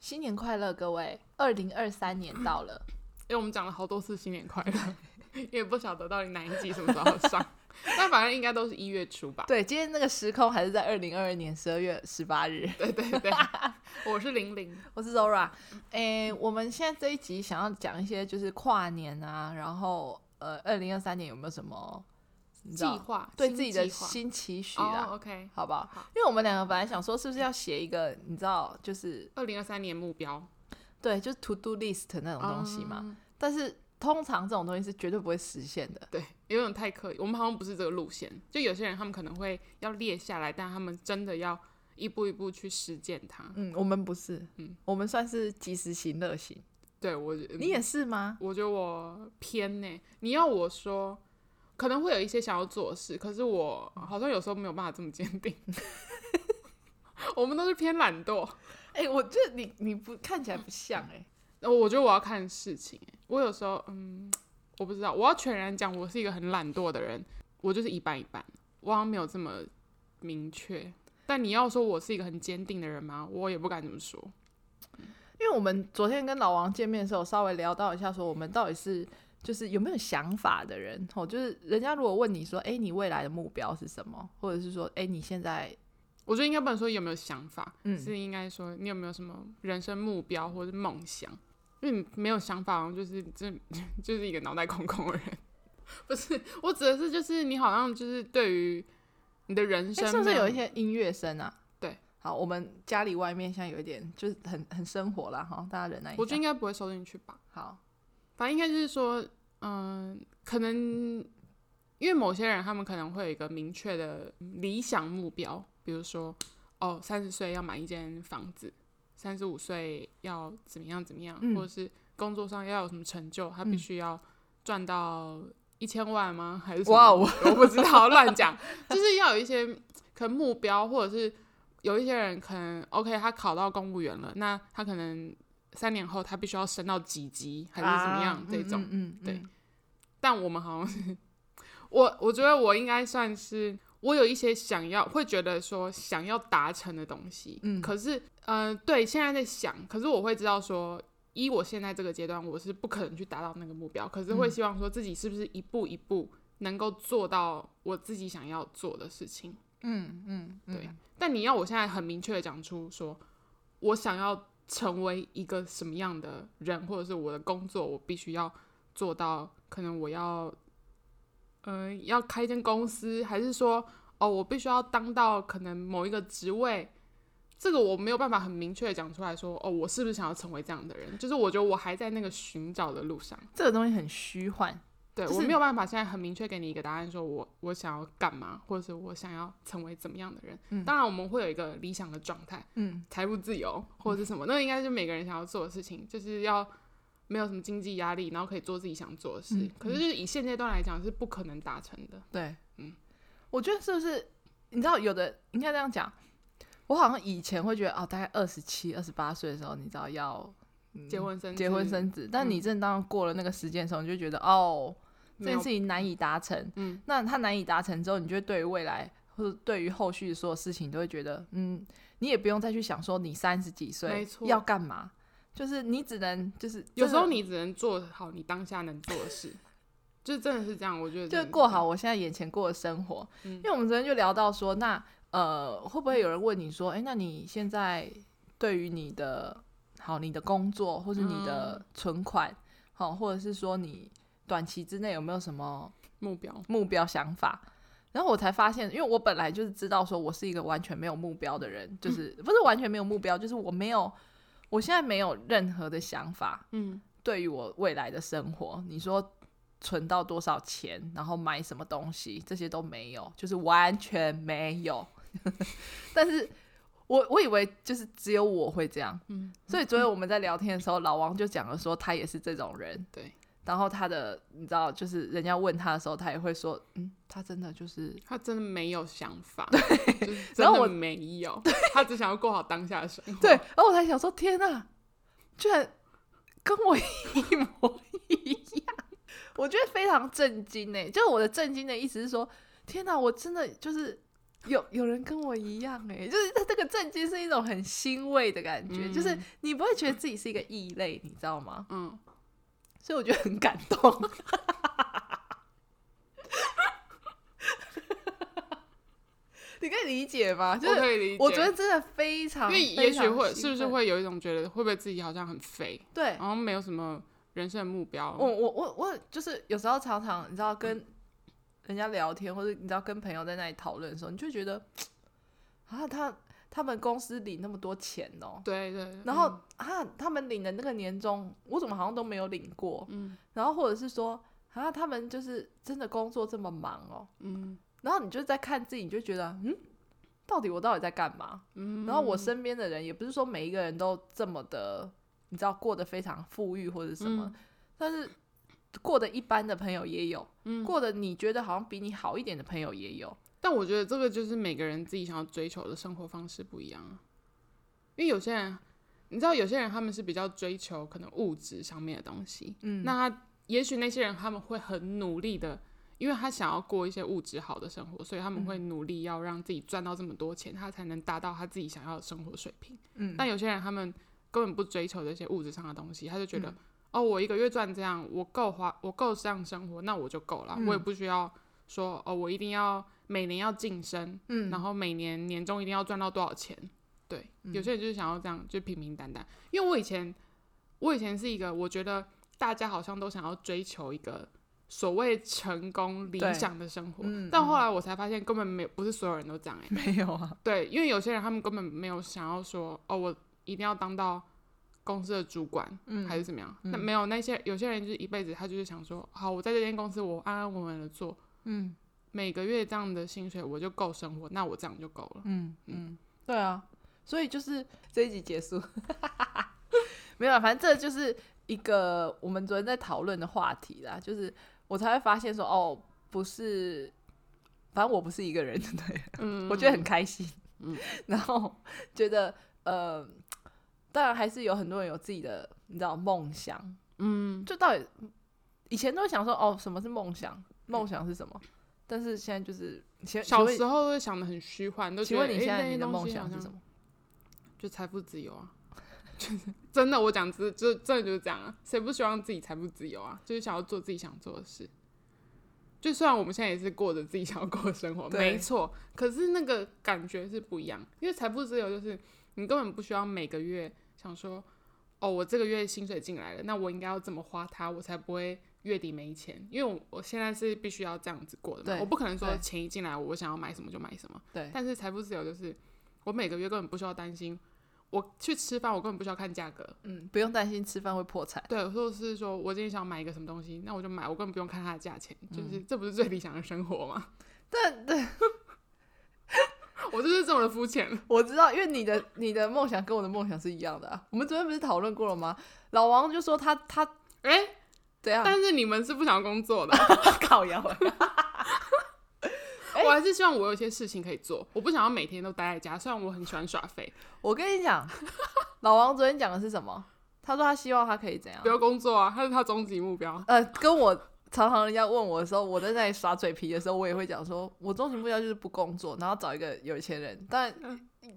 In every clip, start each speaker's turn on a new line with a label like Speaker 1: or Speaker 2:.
Speaker 1: 新年快乐，各位！二零二三年到了，
Speaker 2: 因为我们讲了好多次新年快乐，也不晓得到底哪一集什么时候上， 但反正应该都是一月初吧。
Speaker 1: 对，今天那个时空还是在二零二二年十二月十八日。
Speaker 2: 对对对， 我是玲玲，
Speaker 1: 我是 Zora，诶、我们现在这一集想要讲一些就是跨年啊，然后呃，二零二三年有没有什么 你知
Speaker 2: 计
Speaker 1: 道
Speaker 2: 划
Speaker 1: 对
Speaker 2: 新
Speaker 1: 自己的
Speaker 2: 计划
Speaker 1: 新期许
Speaker 2: 哦
Speaker 1: 啊，
Speaker 2: ，OK，
Speaker 1: 好不好？
Speaker 2: 好
Speaker 1: 因为我们两个本来想说，是不是要写一个你知道，就是
Speaker 2: 二零二三年目标
Speaker 1: 对，就是 to do list 那
Speaker 2: 这
Speaker 1: 种东西嘛？
Speaker 2: 哦
Speaker 1: 但是通常这种东西是绝对不会实现的。
Speaker 2: 对，有点太刻意，我们好像不是这个路线。就有些人他们可能会要列下来，但他们真的要一步一步去实践它。
Speaker 1: 嗯，我们不是，
Speaker 2: 嗯
Speaker 1: 我们算是及时行乐型。
Speaker 2: 对我，嗯
Speaker 1: 你也是吗？
Speaker 2: 我觉得我偏呢、你要我说，可能会有一些想要做的事，可是我好像有时候没有办法这么坚定。 我们都是偏懒惰。
Speaker 1: 哎、我觉得你你不看起来不像哎、
Speaker 2: 呃我觉得我要看事情、欸，我有时候嗯，我不知道，我要全然讲，我是一个很懒惰的人，我就是一半一半，我好像没有这么明确。但你要说我是一个很坚定的人吗？我也不敢这么说。
Speaker 1: 因为我们昨天跟老王见面的时候，稍微聊到一下，说我们到底是就是有没有想法的人哦，就是人家如果问你说，哎、你未来的目标是什么，或者是说，哎、你现在
Speaker 2: 我觉得应该不能说有没有想法，
Speaker 1: 嗯
Speaker 2: 是应该说你有没有什么人生目标或者梦想。因为你没有想法，好像就是 这就是一个脑袋空空的人。不是，我指的是就是你好像就是对于你的人
Speaker 1: 哎、
Speaker 2: 生、
Speaker 1: 是不是有一些音乐声啊？
Speaker 2: 对，
Speaker 1: 好，我们家里外面现在有一点就是很很生活啦，哈，大家忍耐一下。
Speaker 2: 我觉得应该不会收进去吧。
Speaker 1: 好，
Speaker 2: 反正应该就是说，嗯、可能因为某些人他们可能会有一个明确的理想目标，比如说，哦，三十岁要买一间房子，三十五岁要怎么样怎么样，
Speaker 1: 嗯
Speaker 2: 或者是工作上要有什么成就，他必
Speaker 1: 嗯
Speaker 2: 须要赚到一千万吗？还是什么
Speaker 1: 哇哦，
Speaker 2: 我不知道， 乱讲，就是要有一些可能目标，或者是有一些人可能 OK，他考到公务员了，那他可能三年后他必须要升到几级还是怎么样、
Speaker 1: 啊
Speaker 2: 这种。
Speaker 1: 嗯嗯嗯
Speaker 2: 对
Speaker 1: 嗯
Speaker 2: 但我们好像是，我我觉得我应该算是我有一些想要会觉得说想要达成的东西，
Speaker 1: 嗯
Speaker 2: 可是呃，对，现在在想，可是我会知道说。依我现在这个阶段，我是不可能去达到那个目标，可是会
Speaker 1: 嗯
Speaker 2: 希望说自己是不是一步一步能够做到我自己想要做的事情。
Speaker 1: 嗯嗯，嗯
Speaker 2: 对但你要我现在很明确的讲出说，我想要成为一个什么样的人，或者是我的工作，我必须要做到，可能我要，嗯、要开一间公司，还是说，哦，我必须要当到可能某一个职位。这个我没有办法很明确的讲出来说，哦，我是不是想要成为这样的人？就是我觉得我还在那个寻找的路上，
Speaker 1: 这个东西很虚幻，
Speaker 2: 对、
Speaker 1: 就是
Speaker 2: 我没有办法现在很明确给你一个答案，说我我想要干嘛，或者是我想要成为怎么样的人。
Speaker 1: 嗯
Speaker 2: 当然，我们会有一个理想的状态，
Speaker 1: 嗯
Speaker 2: 财务自由或者是什么，那应该是每个人想要做的事情，就是要没有什么经济压力，然后可以做自己想做的事。
Speaker 1: 嗯
Speaker 2: 可是就是以现阶段来讲，是不可能达成的。
Speaker 1: 对，
Speaker 2: 嗯，
Speaker 1: 我觉得是不是你知道有的应该这样讲，我好像以前会觉得哦，大概二十七、二十八岁的时候，你知道要、嗯
Speaker 2: 结婚生
Speaker 1: 结婚
Speaker 2: 子嗯
Speaker 1: 生子，但你正当过了那个时间的时候，你就觉得哦，这
Speaker 2: 没
Speaker 1: 件
Speaker 2: 有
Speaker 1: 事情难以达成。
Speaker 2: 嗯，
Speaker 1: 那它难以达成之后，你就会对于未来或者对于后续的所有事情，都会觉得嗯，你也不用再去想说你三十几岁
Speaker 2: 没错
Speaker 1: 要干嘛，就是你只能就是
Speaker 2: 有时候
Speaker 1: 真的
Speaker 2: 你只能做好你当下能做的事， 就真的是这样。我觉得
Speaker 1: 就
Speaker 2: 真的
Speaker 1: 过
Speaker 2: 这样
Speaker 1: 好，我现在眼前过的生活。
Speaker 2: 嗯
Speaker 1: 因为我们昨天就聊到说，那呃，会不会有人问你说，哎、那你现在对于你的好，你的工作或是你的存款，好、或者是说你短期之内有没有什么
Speaker 2: 目标。
Speaker 1: 目标想法？然后我才发现，因为我本来就是知道说我是一个完全没有目标的人，就是、不是完全没有目标，就是我没有，我现在没有任何的想法，
Speaker 2: 嗯，
Speaker 1: 对于我未来的生活，你说存到多少钱，然后买什么东西，这些都没有，就是完全没有。 但是我我以为就是只有我会这样，
Speaker 2: 嗯，
Speaker 1: 所以昨天我们在聊天的时候，老王就讲了说他也是这种人，
Speaker 2: 对。
Speaker 1: 然后他的你知道，就是人家问他的时候，他也会说，嗯，他真的就是
Speaker 2: 他真的没有想法，就是真
Speaker 1: 然后我
Speaker 2: 的没有，他只想要过好当下的生活。
Speaker 1: 对，然后我才想说，天呐，居然跟我一模一样，欸我觉得非常震惊呢。就是我的震惊的意思是说，天呐，我真的就是有有人跟我一样哎、就是他这个震惊是一种很欣慰的感觉，就是
Speaker 2: 嗯
Speaker 1: 你不会觉得自己是一个异类，你知道吗？
Speaker 2: 嗯，
Speaker 1: 所以我觉得很感动。 你可以理解吗？就
Speaker 2: 我
Speaker 1: 是
Speaker 2: 可以理解。
Speaker 1: 我觉得真的非常，
Speaker 2: 因为
Speaker 1: 非
Speaker 2: 也许
Speaker 1: 常
Speaker 2: 会
Speaker 1: 兴
Speaker 2: 是不是
Speaker 1: 奋
Speaker 2: 会有一种觉得会不会自己好像很废，
Speaker 1: 对哦
Speaker 2: 好像没有什么人生的目标。
Speaker 1: 我我我我就是有时候常常你知道跟人家聊天，或者你知道跟朋友在那里讨论的时候，你就觉得啊，他他们公司领那么多钱哦、
Speaker 2: 对对，
Speaker 1: 然后啊，他们领的那个年终，我怎么好像都没有领过？
Speaker 2: 嗯
Speaker 1: 然后或者是说啊，他们就是真的工作这么忙哦、
Speaker 2: 嗯
Speaker 1: 然后你就在看自己，你就觉得嗯，到底我到底在干嘛？
Speaker 2: 嗯，
Speaker 1: 然后我身边的人也不是说每一个人都这么的，你知道过得非常富裕或者什么，但是过得一般的朋友也有，
Speaker 2: 嗯
Speaker 1: 过得你觉得好像比你好一点的朋友也有。
Speaker 2: 但我觉得这个就是每个人自己想要追求的生活方式不一样啊，因为有些人，你知道有些人他们是比较追求可能物质上面的东西，
Speaker 1: 嗯，
Speaker 2: 那他也许那些人他们会很努力的，因为他想要过一些物质好的生活，所以他们会努力要让自己赚到这么多钱，他才能达到他自己想要的生活水平。
Speaker 1: 嗯
Speaker 2: 但有些人他们根本不追求这些物质上的东西，他就觉得、
Speaker 1: 嗯
Speaker 2: 哦，我一个月赚这样，我够花，我够这样生活，那我就够了，
Speaker 1: 嗯
Speaker 2: 我也不需要说哦，我一定要每年要晋升，
Speaker 1: 嗯，
Speaker 2: 然后每年年终一定要赚到多少钱。对，有
Speaker 1: 嗯
Speaker 2: 些人就是想要这样，就平平淡淡。因为我以前，我以前是一个，我觉得大家好像都想要追求一个所谓成功理
Speaker 1: 对
Speaker 2: 想的生活，
Speaker 1: 嗯
Speaker 2: 但
Speaker 1: 嗯
Speaker 2: 后来我才发现，根本没有，不是所有人都这样、欸。
Speaker 1: 没有啊，
Speaker 2: 对，因为有些人他们根本没有想要说，哦，我一定要当到公司的主管，
Speaker 1: 嗯
Speaker 2: 还是怎么样？那
Speaker 1: 嗯
Speaker 2: 没有那些有些人就是一辈子他就是想说，好，我在这间公司我安安稳稳的做，
Speaker 1: 嗯
Speaker 2: 每个月这样的薪水我就够生活，那我这样就够了。
Speaker 1: 嗯嗯，对啊，所以就是这一集结束， 没有啊，反正这就是一个我们昨天在讨论的话题啦，就是我才会发现说哦，不是，反正我不是一个人， 对。
Speaker 2: 嗯，
Speaker 1: 我觉得很开心，
Speaker 2: 嗯
Speaker 1: 然后觉得呃，当然还是有很多人有自己的你知道梦想，
Speaker 2: 嗯，
Speaker 1: 就到底以前都会想说哦，什么是梦想？梦想是什么？但是现在就是请
Speaker 2: 小
Speaker 1: 请
Speaker 2: 时候会想的很虚幻，都
Speaker 1: 问
Speaker 2: 觉
Speaker 1: 请
Speaker 2: 得
Speaker 1: 问你
Speaker 2: 诶
Speaker 1: 现
Speaker 2: 那
Speaker 1: 在
Speaker 2: 些
Speaker 1: 你的
Speaker 2: 东
Speaker 1: 梦
Speaker 2: 西
Speaker 1: 想
Speaker 2: 好
Speaker 1: 是
Speaker 2: 像
Speaker 1: 什么？
Speaker 2: 就财富自由啊，就是真的，我讲这就真的就是这样啊，谁不希望自己财富自由啊？就是想要做自己想做的事。就虽然我们现在也是过着自己想要过的生活，
Speaker 1: 对
Speaker 2: 没错，可是那个感觉是不一样，因为财富自由就是你根本不需要每个月想说，哦，我这个月薪水进来了，那我应该要怎么花它，我才不会月底没钱？因为我我现在是必须要这样子过的嘛，
Speaker 1: 对
Speaker 2: 我不可能说
Speaker 1: 对
Speaker 2: 钱一进来我想要买什么就买什么，
Speaker 1: 对，
Speaker 2: 但是财富自由就是我每个月根本不需要担心，我去吃饭我根本不需要看价格。
Speaker 1: 嗯，不用担心吃饭会破产，
Speaker 2: 对，或者是说我今天想买一个什么东西，那我就买，我根本不用看它的价钱，
Speaker 1: 嗯
Speaker 2: 就是、这不是最理想的生活吗？
Speaker 1: 但对，
Speaker 2: 我就是这么的肤浅。
Speaker 1: 我知道，因为你的你的梦想跟我的梦想是一样的啊。我们昨天不是讨论过了吗？老王就说他他
Speaker 2: 哎、
Speaker 1: 怎样
Speaker 2: 但是你们是不想要工 作的，
Speaker 1: 烤窑，哎
Speaker 2: 我还是希望我有一些事情可以做，我不想要每天都待在家。虽然我很喜欢耍废，
Speaker 1: 我跟你讲，老王昨天讲的是什么？他说他希望他可以怎样
Speaker 2: 不？要工作啊，它是他终极目标。
Speaker 1: 呃，跟我常常人家问我的时候，我在那里耍嘴皮的时候，我也会讲说，我终极目标就是不工作，然后找一个有钱人。但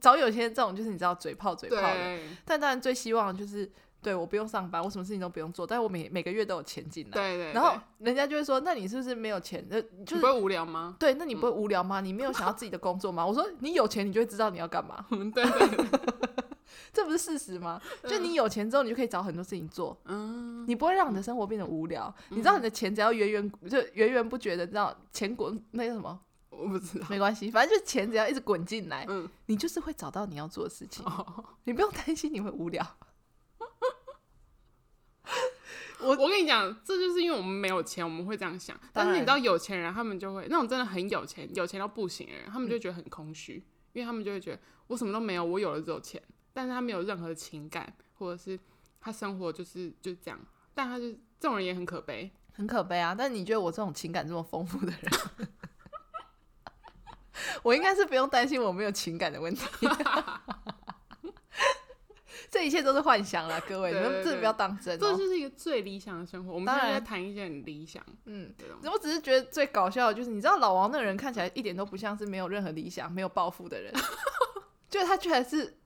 Speaker 1: 找有钱人这种就是你知道嘴炮嘴炮的，
Speaker 2: 对
Speaker 1: 但当然最希望的就是对我不用上班，我什么事情都不用做，但我每每个月都有钱进
Speaker 2: 对
Speaker 1: 来。
Speaker 2: 嗯对，
Speaker 1: 然后人家就会说，那你是不是没有钱？呃，就
Speaker 2: 你
Speaker 1: 是
Speaker 2: 不会嗯无聊吗？
Speaker 1: 对，那你不会无聊吗？你没有想要自己的工作吗？我说你有钱，你就会知道你要干嘛。
Speaker 2: 对对，对
Speaker 1: 这不是事实吗？就你有钱之后，你就可以找很多事情做，
Speaker 2: 嗯，
Speaker 1: 你不会让你的生活变得无聊。你知道你的钱只要源源就源源不绝的，知道钱滚那个什 么
Speaker 2: 我不知道。
Speaker 1: 没关系，反正就钱只要一直滚进来，
Speaker 2: 嗯，
Speaker 1: 你就是会找到你要做的事情，
Speaker 2: 哦。
Speaker 1: 你不用担心你会无聊。我
Speaker 2: 我跟你讲，这就是因为我们没有钱，我们会这样想。
Speaker 1: 当
Speaker 2: 但是
Speaker 1: 然
Speaker 2: 你知道，有钱人他们就会那种真的很有钱，有钱到不行的人，
Speaker 1: 嗯
Speaker 2: 他们就会觉得很空虚，因为他们就会觉得我什么都没有，我有了只有钱，但是他没有任何的情感，或者是他生活就是就这样。但他就这种人也很可悲，
Speaker 1: 很可悲啊！但你觉得我这种情感这么丰富的人，我应该是不用担心我没有情感的问题。 这一切都是幻想啦，各位，
Speaker 2: 对
Speaker 1: 你
Speaker 2: 对
Speaker 1: 们真的
Speaker 2: 对
Speaker 1: 不要当真、
Speaker 2: 这
Speaker 1: 哦。
Speaker 2: 就是一个最理想的生活。我们
Speaker 1: 当
Speaker 2: 现在在
Speaker 1: 然
Speaker 2: 谈一些很理想
Speaker 1: 嗯，
Speaker 2: 的东西，
Speaker 1: 我只是觉得最搞笑的就是，你知道老王那个人看起来一点都不像是没有任何理想、没有抱负的人， 就是他居然是。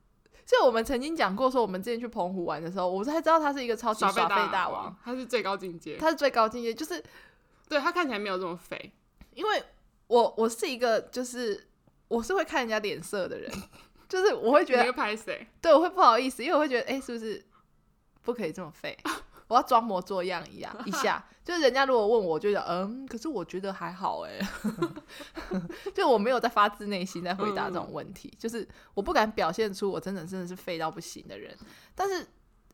Speaker 1: 就我们曾经讲过，说我们之前去澎湖玩的时候，我才知道他是一个超级耍
Speaker 2: 废
Speaker 1: 废大
Speaker 2: 王
Speaker 1: 王，，
Speaker 2: 他是最高境界。
Speaker 1: 他是最高境界，就是
Speaker 2: 对他看起来没有这么肥，
Speaker 1: 因为我我是一个就是我是会看人家脸色的人，就是我会觉
Speaker 2: 你
Speaker 1: 得
Speaker 2: 会拍谁？
Speaker 1: 对我会不好意思，因为我会觉得哎、诶是不是不可以这么废？ 我要装模作样一样一下，就是人家如果问我，我就想嗯，可是我觉得还好哎、 就我没有在发自内心在回答这种问题，就是我不敢表现出我真的真的是废到不行的人。但是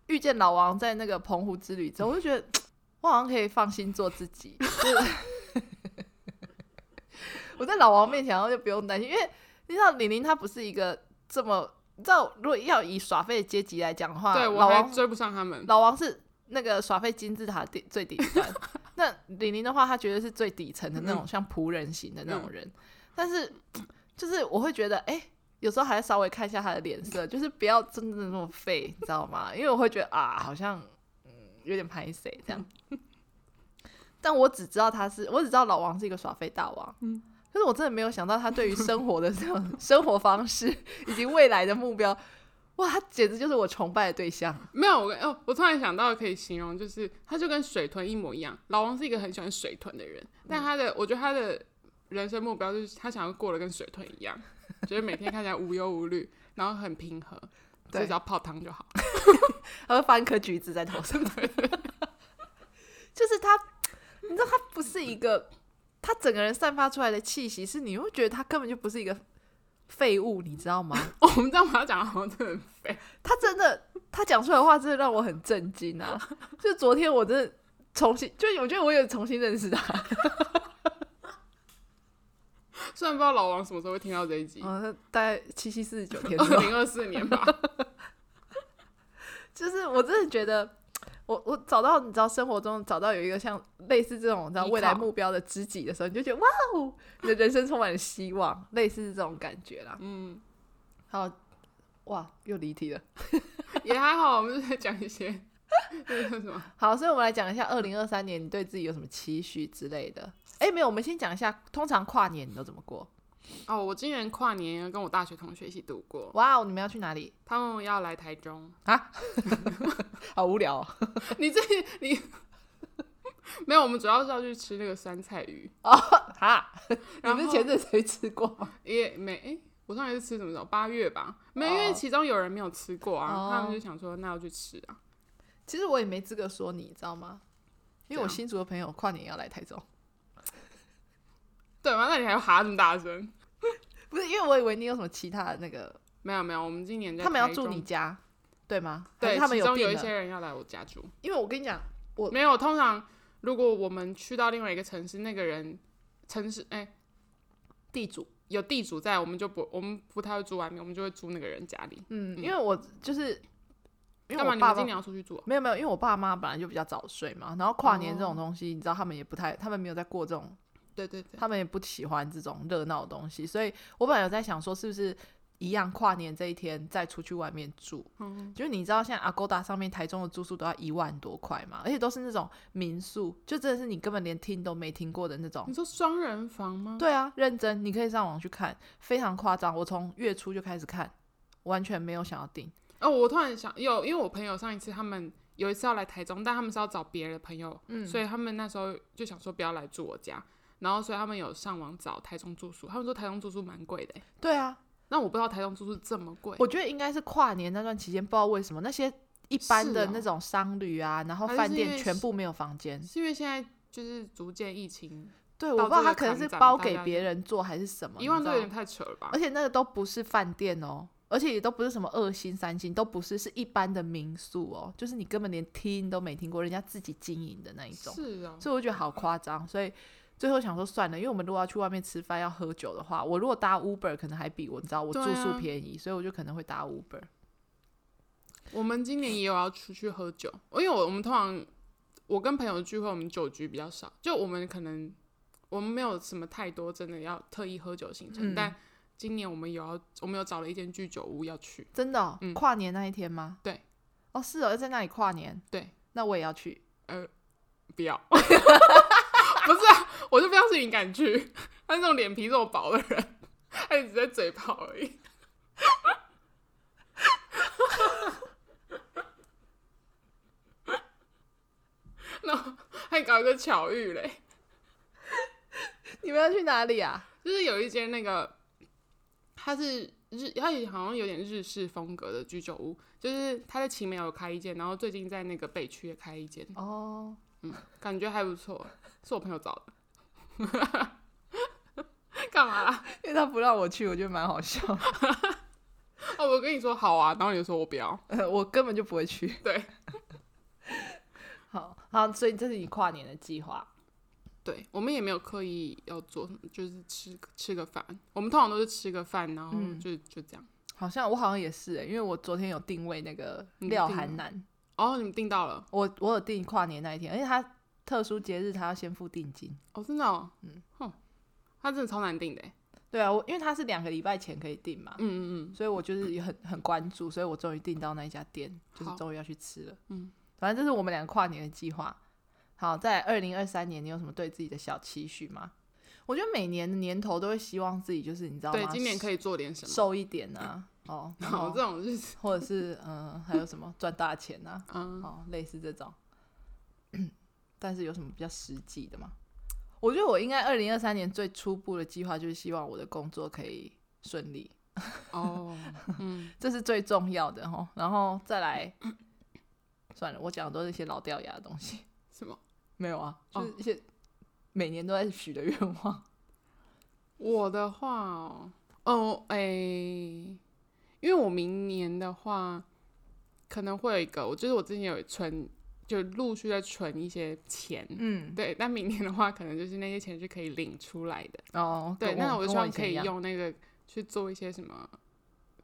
Speaker 1: 遇见老王在那个澎湖之旅之后，我就觉得我好像可以放心做自己，就是 我在老王面前，然后就不用担心，因为你知道玲玲她不是一个这么，你知道如果要以耍废的阶级来讲的话，
Speaker 2: 对我
Speaker 1: 啊老
Speaker 2: 还
Speaker 1: 王
Speaker 2: 追不上他们。
Speaker 1: 老王是那个耍废金字塔的最顶 端，那玲玲的话，她绝对是最底层的那
Speaker 2: 嗯
Speaker 1: 种，像仆人型的那种人。但是 就是我会觉得，哎、有时候还要稍微看一下她的脸色，就是不要真的那么废，你知道吗？因为我会觉得啊，好像嗯有点拍谁这样。 但我只知道他是，我只知道老王是一个耍废大王。
Speaker 2: 嗯
Speaker 1: 可是我真的没有想到他对于生活的这种生活方式以及未来的目标，哇，他简直就是我崇拜的对象。
Speaker 2: 没有，我跟哦，我突然想到可以形容，就是他就跟水豚一模一样。老王是一个很喜欢水豚的人，但他的我觉得他的人生目标就是他想要过得跟水豚一样，就是每天看起来无忧无虑，然后很平和，就
Speaker 1: 对
Speaker 2: 只要泡汤就好。
Speaker 1: 他会放一颗橘子在头上。 就是他，你知道他不是一个，他整个人散发出来的气息是你会觉得他根本就不是一个废物，你知道吗？
Speaker 2: 哦我们这样把他讲得好像真的很废，
Speaker 1: 他真的，他讲出来的话真的让我很震惊啊！就昨天我真的重新，就我觉得我有重新认识他。
Speaker 2: 虽然不知道老王什么时候会听到这一集，
Speaker 1: 嗯，大概七七四十九天之后，
Speaker 2: 二零二四年吧。
Speaker 1: 就是我真的觉得。我我找到你知道生活中找到有一个像类似这种你知道
Speaker 2: 依靠
Speaker 1: 未来目标的知己的时候，你就觉得哇哦，你的人生充满了希望，类似这种感觉啦。
Speaker 2: 嗯，
Speaker 1: 好，哇，又离题了。
Speaker 2: 也还好，我们就在讲一些那个叫什么，
Speaker 1: 好，所以我们来讲一下二零二三年你对自己有什么期许之类的。哎，没有，我们先讲一下，通常跨年你都怎么过？
Speaker 2: 哦，我今年跨年跟我大学同学一起度过，
Speaker 1: 哇哦，你们要去哪里？
Speaker 2: 他们要来台中。
Speaker 1: 好无聊、哦。
Speaker 2: 你这你没有，我们主要是要去吃那个酸菜鱼，
Speaker 1: 哈，你
Speaker 2: 然
Speaker 1: 不是
Speaker 2: 后
Speaker 1: 前阵子有去吃过吗？
Speaker 2: 也没诶，我上一次吃什么时候？八月吧，没有，因
Speaker 1: 哦
Speaker 2: 为其中有人没有吃过啊，
Speaker 1: 哦
Speaker 2: 他们就想说那要去吃啊。
Speaker 1: 其实我也没资格说你，你知道吗？因为我
Speaker 2: 怎样
Speaker 1: 新竹的朋友跨年也要来台中，
Speaker 2: 对吗？那你还要哈这么大声？
Speaker 1: 不是因为我以为你有什么其他的那个，
Speaker 2: 没有没有，我们今年在
Speaker 1: 他们要
Speaker 2: 台
Speaker 1: 住
Speaker 2: 中
Speaker 1: 你，家，对吗？还
Speaker 2: 对，
Speaker 1: 是他们
Speaker 2: 其中
Speaker 1: 病
Speaker 2: 有一
Speaker 1: 了
Speaker 2: 些。人要来我家住，
Speaker 1: 因为我跟你讲，我
Speaker 2: 没有。通常如果我们去到另外一个城市，那个人城市诶，
Speaker 1: 地主，
Speaker 2: 有地主在，我们就不我们不太会住外面，我们就会住那个人家里。
Speaker 1: 嗯，
Speaker 2: 嗯
Speaker 1: 因为我就是因为
Speaker 2: 干嘛
Speaker 1: 我
Speaker 2: 你
Speaker 1: 爸
Speaker 2: 们
Speaker 1: 爸
Speaker 2: 今年要出去住、啊？
Speaker 1: 没有没有，因为我爸妈本来就比较早睡嘛，然后跨年这
Speaker 2: 哦
Speaker 1: 种东西，你知道他们也不太，他们没有在过这种，
Speaker 2: 对对对，
Speaker 1: 他们也不喜欢这种热闹的东西，所以我本来有在想说，是不是一样跨年这一天再出去外面住？
Speaker 2: 嗯，
Speaker 1: 就是你知道现在 Agoda 上面台中的住宿都要一万多块嘛，而且都是那种民宿，就真的是你根本连听都没听过的那种
Speaker 2: 你。说双人房吗？
Speaker 1: 对啊，认真，你可以上网去看，非常夸张。我从月初就开始看，完全没有想要订。
Speaker 2: 哦，我突然想，有，因为我朋友上一次他们有一次要来台中，但他们是要找别的朋友，
Speaker 1: 嗯
Speaker 2: 所以他们那时候就想说不要来住我家，然后所以他们有上网找台中住宿，他们说台中住宿蛮贵的欸、
Speaker 1: 对啊，
Speaker 2: 那我不知道台中住宿这么贵，
Speaker 1: 我觉得应该是跨年那段期间，不知道为什么那些一般的
Speaker 2: 是哦
Speaker 1: 那种商旅啊，然后
Speaker 2: 还是
Speaker 1: 饭
Speaker 2: 是因
Speaker 1: 店
Speaker 2: 为
Speaker 1: 全部没有房间。
Speaker 2: 是因为现在就是逐渐疫情，
Speaker 1: 对，
Speaker 2: 到
Speaker 1: 我不知道
Speaker 2: 这个
Speaker 1: 他可能
Speaker 2: 抗
Speaker 1: 是
Speaker 2: 战
Speaker 1: 包
Speaker 2: 大
Speaker 1: 给
Speaker 2: 家
Speaker 1: 别人做还是什么，
Speaker 2: 一万
Speaker 1: 你知
Speaker 2: 多
Speaker 1: 道
Speaker 2: 有点太扯了吧
Speaker 1: 而？且那个都不是饭店哦，而且也都不是什么二星、三星，都不是，是一般的民宿哦，就是你根本连听都没听过，人家自己经营的那一种。
Speaker 2: 是哦，
Speaker 1: 所以我觉得好夸张，所以最后想说算了，因为我们如果要去外面吃饭要喝酒的话，我如果搭 Uber 可能还比我你知道我
Speaker 2: 对
Speaker 1: 住宿
Speaker 2: 啊
Speaker 1: 便宜，所以我就可能会搭 Uber。
Speaker 2: 我们今年也有要出去喝酒，因为我我们通常我跟朋友聚会，我们酒局比较少，就我们可能我们没有什么太多真的要特意喝酒的行程，
Speaker 1: 嗯
Speaker 2: 但今年我们有要，我们有找了一间居酒屋要去，
Speaker 1: 真的、哦
Speaker 2: 嗯
Speaker 1: 跨年那一天吗？
Speaker 2: 对，
Speaker 1: 哦，是哦，要在那里跨年。
Speaker 2: 对，
Speaker 1: 那我也要去。
Speaker 2: 不要， 不是啊，我就不相信你敢去，他那种脸皮这么薄的人，他只在嘴炮而已。 然后还搞一个巧遇嘞，
Speaker 1: 你们要去哪里啊？
Speaker 2: 就是有一间那个，它是日，它也好像有点日式风格的居酒屋，就是它在奇美有开一间，然后最近在那个北区也开一间，
Speaker 1: 哦，
Speaker 2: 感觉还不错，是我朋友找的。 干嘛啦？
Speaker 1: 因为他不让我去，我觉得蛮好笑。
Speaker 2: 哦，我跟你说好啊，然后你就说我不要，
Speaker 1: 呃 我根本就不会去。
Speaker 2: 对，
Speaker 1: 好，好，所以这是你跨年的计划。
Speaker 2: 对我们也没有刻意要做什么，就是吃吃个饭，我们通常都是吃个饭，然后
Speaker 1: 嗯
Speaker 2: 就、就这样。
Speaker 1: 好像我好像也是、欸，因为我昨天有定位那个
Speaker 2: 你
Speaker 1: 廖
Speaker 2: 定
Speaker 1: 韩
Speaker 2: 了
Speaker 1: 南，
Speaker 2: 哦，你们订到了？
Speaker 1: 我我有定跨年那一天，而且他特殊节日他要先付定金。
Speaker 2: 哦，真的、哦，
Speaker 1: 嗯
Speaker 2: 嗯，哼，它真的超难订的欸，
Speaker 1: 对啊，我因为他是两个礼拜前可以订嘛，
Speaker 2: 嗯嗯嗯，
Speaker 1: 所以我就是也很很关注，所以我终于订到那一家店，就是
Speaker 2: 好
Speaker 1: 终于要去吃了。
Speaker 2: 嗯，
Speaker 1: 反正这是我们两个跨年的计划。好，在二零二三年，你有什么对自己的小期许吗？我觉得每年的年头都会希望自己就是你知道吗？
Speaker 2: 对，今年可以做点什么？
Speaker 1: 瘦一点啊，哦，然
Speaker 2: 好，
Speaker 1: 后
Speaker 2: 这种日子，
Speaker 1: 或者是嗯、呃还有什么赚大钱啊，
Speaker 2: 嗯，
Speaker 1: 哦，类似这种。 但是有什么比较实际的吗？我觉得我应该二零二三年最初步的计划就是希望我的工作可以顺利，
Speaker 2: 哦，嗯，
Speaker 1: 这是最重要的哈。然后再来，算了，我讲的都是一些老掉牙的东西，
Speaker 2: 什么？
Speaker 1: 没有啊，就
Speaker 2: 哦
Speaker 1: 是一些每年都在许的愿望。
Speaker 2: 我的话哦，哦，哎、因为我明年的话，可能会有一个，我就是我之前有存，就陆续在存一些钱。
Speaker 1: 嗯，
Speaker 2: 对，但明年的话，可能就是那些钱是可以领出来的。
Speaker 1: 哦，
Speaker 2: 对，
Speaker 1: 跟我
Speaker 2: 那
Speaker 1: 跟
Speaker 2: 希望
Speaker 1: 以前
Speaker 2: 可以
Speaker 1: 一样。
Speaker 2: 用那个去做一些什么，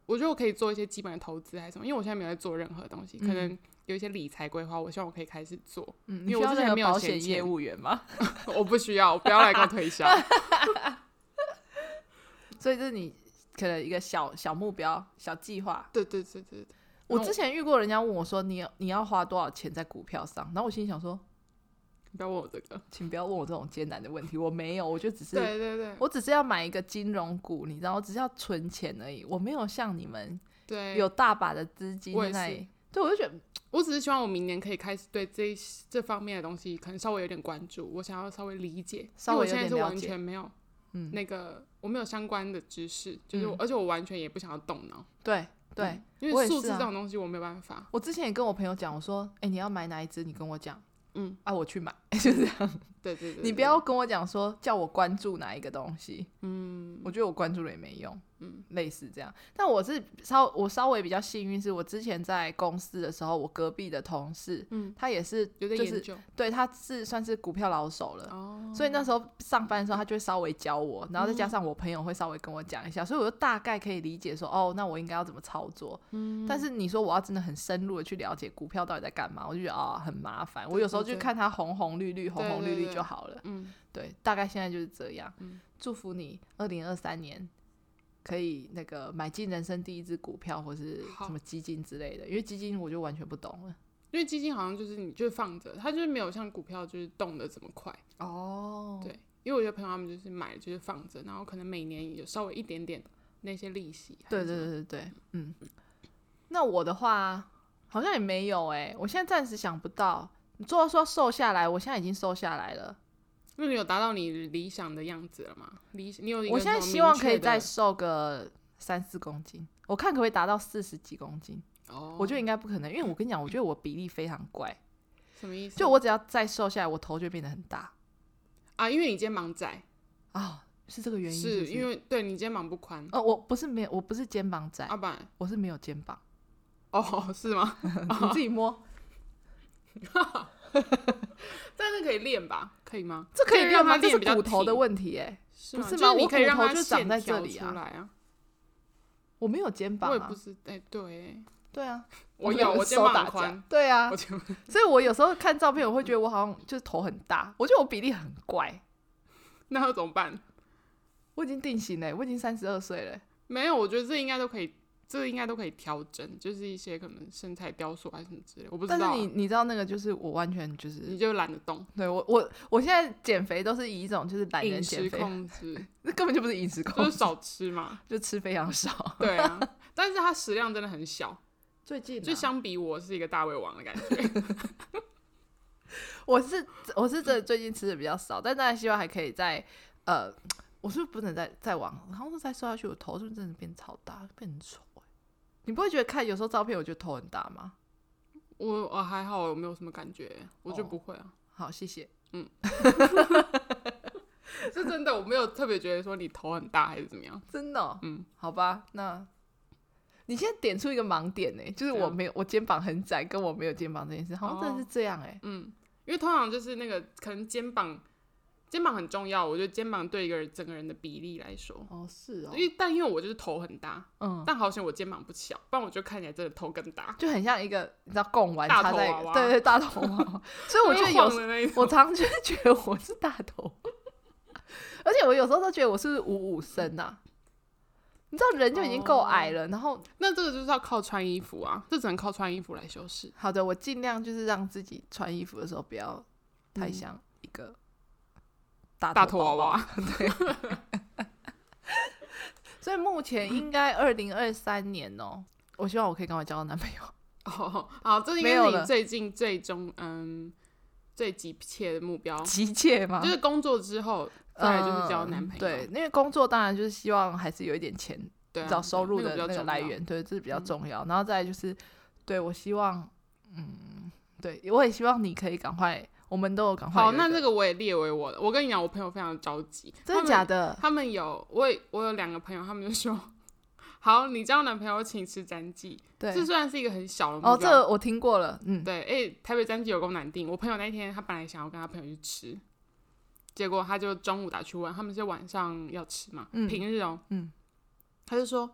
Speaker 2: 我觉得我可以做一些基本的投资还是什么，因为我现在没有在做任何东西，可
Speaker 1: 嗯
Speaker 2: 能有一些理财规划，我希望我可以开始做。
Speaker 1: 嗯，
Speaker 2: 因
Speaker 1: 你
Speaker 2: 为
Speaker 1: 需
Speaker 2: 我
Speaker 1: 要
Speaker 2: 之
Speaker 1: 那
Speaker 2: 前
Speaker 1: 个
Speaker 2: 没有
Speaker 1: 保
Speaker 2: 闲
Speaker 1: 险业
Speaker 2: 钱
Speaker 1: 务员吗？
Speaker 2: 我不需要，不要来给我推销。
Speaker 1: 所以这是你可能一个小小目标、小计划。
Speaker 2: 对对对对对，
Speaker 1: 我
Speaker 2: 那我
Speaker 1: 之前遇过人家问我说你要你要花多少钱在股票上，然后我心里想说，
Speaker 2: 你不要问我这个。
Speaker 1: 请不要问我这种艰难的问题，我没有，我就只是
Speaker 2: 对对对，
Speaker 1: 我只是要买一个金融股，你知道，我只是要存钱而已，我没有像你们
Speaker 2: 对，
Speaker 1: 有大把的资金在
Speaker 2: 我也
Speaker 1: 那
Speaker 2: 是
Speaker 1: 里。对，我就觉得
Speaker 2: 我只是希望我明年可以开始对这一这方面的东西可能稍微有点关注，我想要稍微理解，
Speaker 1: 稍微有
Speaker 2: 因
Speaker 1: 点
Speaker 2: 为我现在是
Speaker 1: 了
Speaker 2: 完
Speaker 1: 解
Speaker 2: 全没有
Speaker 1: 嗯
Speaker 2: 那个，我没有相关的知识，就是我、
Speaker 1: 嗯
Speaker 2: 而且我完全也不想要动脑，
Speaker 1: 对对、
Speaker 2: 嗯，因
Speaker 1: 我
Speaker 2: 为
Speaker 1: 也是
Speaker 2: 数字
Speaker 1: 啊
Speaker 2: 这种东西我没有办法，
Speaker 1: 我之前也跟我朋友讲，我说，哎、你要买哪一只，你跟我讲
Speaker 2: 嗯，
Speaker 1: 啊，我去买， 就这样。
Speaker 2: 对对对，
Speaker 1: 你
Speaker 2: 对
Speaker 1: 不要，跟我讲说叫我关注哪一个东西，
Speaker 2: 嗯，
Speaker 1: 我觉得我关注了也没用，嗯
Speaker 2: 嗯，
Speaker 1: 类似这样。但我是稍我稍微比较幸运，是我之前在公司的时候，我隔壁的同事，
Speaker 2: 嗯
Speaker 1: 他也是
Speaker 2: 有在
Speaker 1: 就
Speaker 2: 研
Speaker 1: 是
Speaker 2: 究、
Speaker 1: 对他是算是股票老手了。
Speaker 2: 哦，
Speaker 1: 所以那时候上班的时候，他就会稍微教我，然后再加
Speaker 2: 嗯
Speaker 1: 上我朋友会稍微跟我讲一下，所以我就大概可以理解说，哦，那我应该要怎么操作。
Speaker 2: 嗯，
Speaker 1: 但是你说我要真的很深入的去了解股票到底在干嘛，我就觉得啊、很麻烦。我
Speaker 2: 对
Speaker 1: 有时候
Speaker 2: 对
Speaker 1: 就
Speaker 2: 对
Speaker 1: 看它红红绿绿，红
Speaker 2: 对
Speaker 1: 红
Speaker 2: 对
Speaker 1: 绿绿
Speaker 2: 对
Speaker 1: 就好了。
Speaker 2: 嗯，
Speaker 1: 对，大概现在就是这样。
Speaker 2: 嗯
Speaker 1: 祝福你二零二三年可以那个买进人生第一只股票或是
Speaker 2: 好
Speaker 1: 什么基金之类的，因为基金我就完全不懂了。
Speaker 2: 因为基金好像就是你就放着，它就是没有像股票就是动的这么快，
Speaker 1: 哦
Speaker 2: 对因为我有朋友他们就是买就是放着，然后可能每年有稍微一点点那些利息，
Speaker 1: 对对对对对，嗯。那我的话好像也没有哎、我现在暂时想不到。你做说瘦下来，我现在已经瘦下来了。
Speaker 2: 那你有达到你理想的样子了吗？理你有一个
Speaker 1: 我现在
Speaker 2: 什么
Speaker 1: 希望
Speaker 2: 明
Speaker 1: 可以
Speaker 2: 确的
Speaker 1: 再瘦个三四公斤，我看可不可以达到四十几公斤。
Speaker 2: 哦，
Speaker 1: 我觉得应该不可能，因为我跟你讲，我觉得我比例非常怪。
Speaker 2: 什么意思？
Speaker 1: 就我只要再瘦下来，我头就变得很大
Speaker 2: 啊，因为你肩膀窄，
Speaker 1: 啊、是这个原因
Speaker 2: 是
Speaker 1: 不
Speaker 2: 因为对你肩膀不宽，
Speaker 1: 呃，我不是没有，我不是肩膀窄，
Speaker 2: 啊不然
Speaker 1: 我是没有肩 膀，
Speaker 2: 哦 是吗？
Speaker 1: 你自己
Speaker 2: 哦
Speaker 1: 摸，
Speaker 2: 但是可以练吧？可以吗？
Speaker 1: 这可以
Speaker 2: 可以
Speaker 1: 练
Speaker 2: 让
Speaker 1: 吗？
Speaker 2: 它
Speaker 1: 这是
Speaker 2: 练比较
Speaker 1: 骨头的
Speaker 2: 挺
Speaker 1: 问题哎、
Speaker 2: 是
Speaker 1: 不
Speaker 2: 吗
Speaker 1: 是
Speaker 2: 就
Speaker 1: 吗
Speaker 2: 是你
Speaker 1: 我
Speaker 2: 可以
Speaker 1: 骨
Speaker 2: 让
Speaker 1: 头
Speaker 2: 它
Speaker 1: 就
Speaker 2: 线
Speaker 1: 长在
Speaker 2: 条
Speaker 1: 这里啊
Speaker 2: 出来啊。
Speaker 1: 我没有肩膀、啊，
Speaker 2: 我也不是哎对，
Speaker 1: 对啊，
Speaker 2: 我
Speaker 1: 们
Speaker 2: 有我肩
Speaker 1: 手
Speaker 2: 膀
Speaker 1: 打
Speaker 2: 很
Speaker 1: 架
Speaker 2: 宽，
Speaker 1: 对啊
Speaker 2: 我，肩膀
Speaker 1: 所以我有时候看照片，我会觉得我好像就是头很大，我觉得我比例很怪，
Speaker 2: 那要怎么办？
Speaker 1: 我已经定型了欸、我已经三十二岁了欸、
Speaker 2: 没有，我觉得这应该都可以，这应该都可以调整，就是一些可能身材雕塑还是什么之类，我不知
Speaker 1: 但是
Speaker 2: 道啊、嗯
Speaker 1: 你你知道那个就是我完全就
Speaker 2: 你
Speaker 1: 是
Speaker 2: 就懒得动，
Speaker 1: 对我我我现在减肥都是以一种就是懒人
Speaker 2: 饮
Speaker 1: 减
Speaker 2: 食
Speaker 1: 肥，
Speaker 2: 控制
Speaker 1: 那根本就不是饮食控
Speaker 2: 就是
Speaker 1: 制，，
Speaker 2: 少吃嘛
Speaker 1: 就吃非常少。
Speaker 2: 对啊，但是它食量真的很小，
Speaker 1: 最近
Speaker 2: 就相比我是一个大胃王的感觉，
Speaker 1: 我是我是真的最近吃的比较少，但当然希望还可以再呃，我是不是不能再再往，然后再瘦下去，我头是不是真的变超大，变很丑、欸、你不会觉得看有时候照片，我觉得头很大吗？
Speaker 2: 我我还好，我没有什么感觉，我
Speaker 1: 哦
Speaker 2: 就不会啊，
Speaker 1: 好，谢谢。
Speaker 2: 是真的，我没有特别觉得说你头很大还是怎么样，
Speaker 1: 真的哦、
Speaker 2: 嗯，
Speaker 1: 好吧，那你现在点出一个盲点呢、就是
Speaker 2: 怎
Speaker 1: 我
Speaker 2: 样
Speaker 1: 没有我肩膀很窄，跟我没有肩膀这件事，好像真的是这样哎、
Speaker 2: 嗯，因为通常就是那个可能肩膀，肩膀很重要，我觉得肩膀对一个人整个人的比例来说，
Speaker 1: 哦，是哦
Speaker 2: 因，为但因为我就是头很大，
Speaker 1: 嗯，
Speaker 2: 但好险我肩膀不小，不然我就看起来真的头更大。
Speaker 1: 就很像一个你知道贡丸
Speaker 2: 大
Speaker 1: 插
Speaker 2: 头
Speaker 1: 在
Speaker 2: 娃娃
Speaker 1: 对对大头娃 娃，所以我觉得有
Speaker 2: 会晃的那一种
Speaker 1: 我常就觉得我是大头，而且我有时候都觉得我是五五身呐、你知道人就已经
Speaker 2: 哦
Speaker 1: 够矮了，然后
Speaker 2: 那这个就是要靠穿衣服啊，这只能靠穿衣服来修饰。
Speaker 1: 好的，我尽量就是让自己穿衣服的时候不要太像一个大
Speaker 2: 嗯大头
Speaker 1: 头
Speaker 2: 娃
Speaker 1: 宝宝。
Speaker 2: 娃，
Speaker 1: 所以目前应该二零二三年哦、我希望我可以赶快交到男朋友。
Speaker 2: 哦， 好，这应
Speaker 1: 没有
Speaker 2: 该是
Speaker 1: 了
Speaker 2: 你最近最终嗯最急切的目标，
Speaker 1: 急切吗
Speaker 2: 就？是工作之后，再来就是交
Speaker 1: 嗯
Speaker 2: 男朋友。
Speaker 1: 对，因为工作当然就是希望还是有一点钱
Speaker 2: 对啊，
Speaker 1: 找收入
Speaker 2: 那
Speaker 1: 的
Speaker 2: 个比
Speaker 1: 那个
Speaker 2: 较重
Speaker 1: 来
Speaker 2: 要。
Speaker 1: 源，对，这是比较
Speaker 2: 嗯
Speaker 1: 重要。然后再来就是，对我希望，嗯，对我也希望你可以赶快，我们都有赶快有
Speaker 2: 好，
Speaker 1: 一。
Speaker 2: 那这个我也列为我的。我跟你讲，我朋友非常着急，
Speaker 1: 真的假的？
Speaker 2: 他们有我也我有两个朋友，他们就说：“ 好，你交男朋友请吃詹记。”
Speaker 1: 对，
Speaker 2: 这虽然是一个很小的目标，
Speaker 1: 哦，这个我听过了，嗯，
Speaker 2: 对，哎、台北詹记有够难订。我朋友那一天他本来想要跟他朋友去吃，结果他就中午打去问，他们是晚上要吃嘛，
Speaker 1: 嗯
Speaker 2: 平日哦、
Speaker 1: 嗯，
Speaker 2: 他就说：“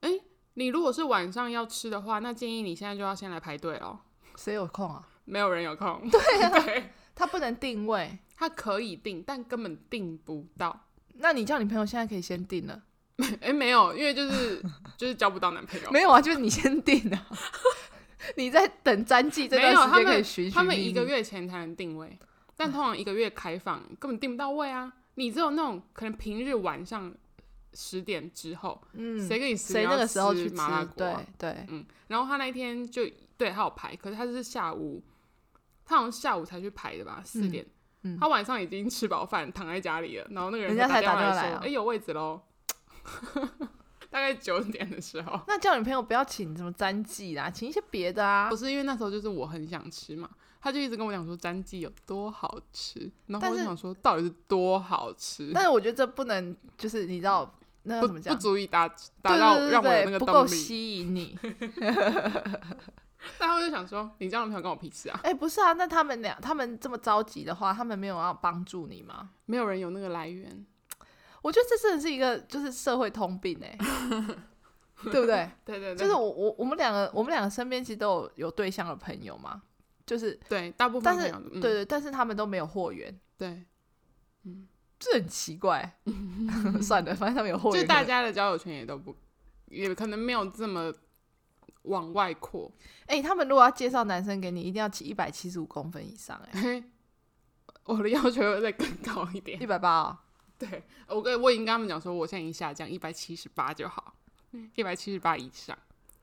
Speaker 2: 哎、你如果是晚上要吃的话，那建议你现在就要先来排队哦。
Speaker 1: 谁有空啊？”
Speaker 2: 没有人有空，对,、
Speaker 1: 他不能定位，
Speaker 2: 他可以订，但根本订不到。
Speaker 1: 那你叫你朋友现在可以先定了，
Speaker 2: 哎、没有，因为就是就是交不到男朋友。
Speaker 1: 没有啊？就是你先定啊， 你在等战绩这
Speaker 2: 没有
Speaker 1: 段时
Speaker 2: 他
Speaker 1: 间
Speaker 2: 们
Speaker 1: 可以寻
Speaker 2: 他
Speaker 1: 寻
Speaker 2: 们
Speaker 1: 觅
Speaker 2: 一个
Speaker 1: 觅
Speaker 2: 月前才能定位，但通常一个月开放根本定不到位啊！你只有那种可能平日晚上十点之后，
Speaker 1: 嗯，
Speaker 2: 谁跟你十
Speaker 1: 谁
Speaker 2: 点
Speaker 1: 那个时候
Speaker 2: 要
Speaker 1: 去
Speaker 2: 吃麻辣锅、啊
Speaker 1: 对？对，
Speaker 2: 嗯，然后他那一天就对他有排，可是他是下午，他好像下午才去排的吧，四
Speaker 1: 嗯
Speaker 2: 点。
Speaker 1: 嗯
Speaker 2: 他晚上已经吃饱饭，躺在家里了，然后那个人
Speaker 1: 人家
Speaker 2: 就
Speaker 1: 才
Speaker 2: 电
Speaker 1: 打
Speaker 2: 话
Speaker 1: 电
Speaker 2: 来
Speaker 1: 话来
Speaker 2: 说：“
Speaker 1: 啊
Speaker 2: 哎、有位置喽！” 大概九点的时候，
Speaker 1: 那叫你朋友不要请什么战绩啦，请一些别的啊
Speaker 2: 不。是因为那时候就是我很想吃嘛，他就一直跟我讲说詹记有多好吃，然后
Speaker 1: 但
Speaker 2: 我
Speaker 1: 是
Speaker 2: 就想说到底是多好吃，
Speaker 1: 但是我觉得这不能，就是你知道那要
Speaker 2: 不
Speaker 1: 怎么
Speaker 2: 不
Speaker 1: 讲？
Speaker 2: 足以达达
Speaker 1: 对
Speaker 2: 到
Speaker 1: 对对
Speaker 2: 让我有
Speaker 1: 对
Speaker 2: 那个
Speaker 1: 不够
Speaker 2: 动力。
Speaker 1: 吸引 你。
Speaker 2: 但我就想说，你交男朋友跟我屁事啊，
Speaker 1: 哎、不是啊，那他们俩他们这么着急的话，他们没有要帮助你吗？
Speaker 2: 没有人有那个来源。
Speaker 1: 我觉得这真的是一个就是社会通病 哎、对不对？
Speaker 2: 对对对，
Speaker 1: 就是我我我们两个我们两个身边其实都有有对象的朋友嘛，就是、
Speaker 2: 对大部分
Speaker 1: 但
Speaker 2: 朋
Speaker 1: 是、
Speaker 2: 友都，嗯
Speaker 1: 对对，但是他们都没有货源，
Speaker 2: 对，
Speaker 1: 这很奇怪。 算了，反正他们有货
Speaker 2: 就
Speaker 1: 源
Speaker 2: 是
Speaker 1: 可能，
Speaker 2: 大家的交友圈也都不，也可能没有这么往外扩。
Speaker 1: 哎、他们如果要介绍男生给你，一定要起一百七十五公分以上、哎，
Speaker 2: 我的要求又再更高一点
Speaker 1: 一。百八，哦
Speaker 2: 对我跟我已经跟他们讲说，我现在已经下降一百七十八就好，
Speaker 1: 嗯
Speaker 2: 一百七十八以上，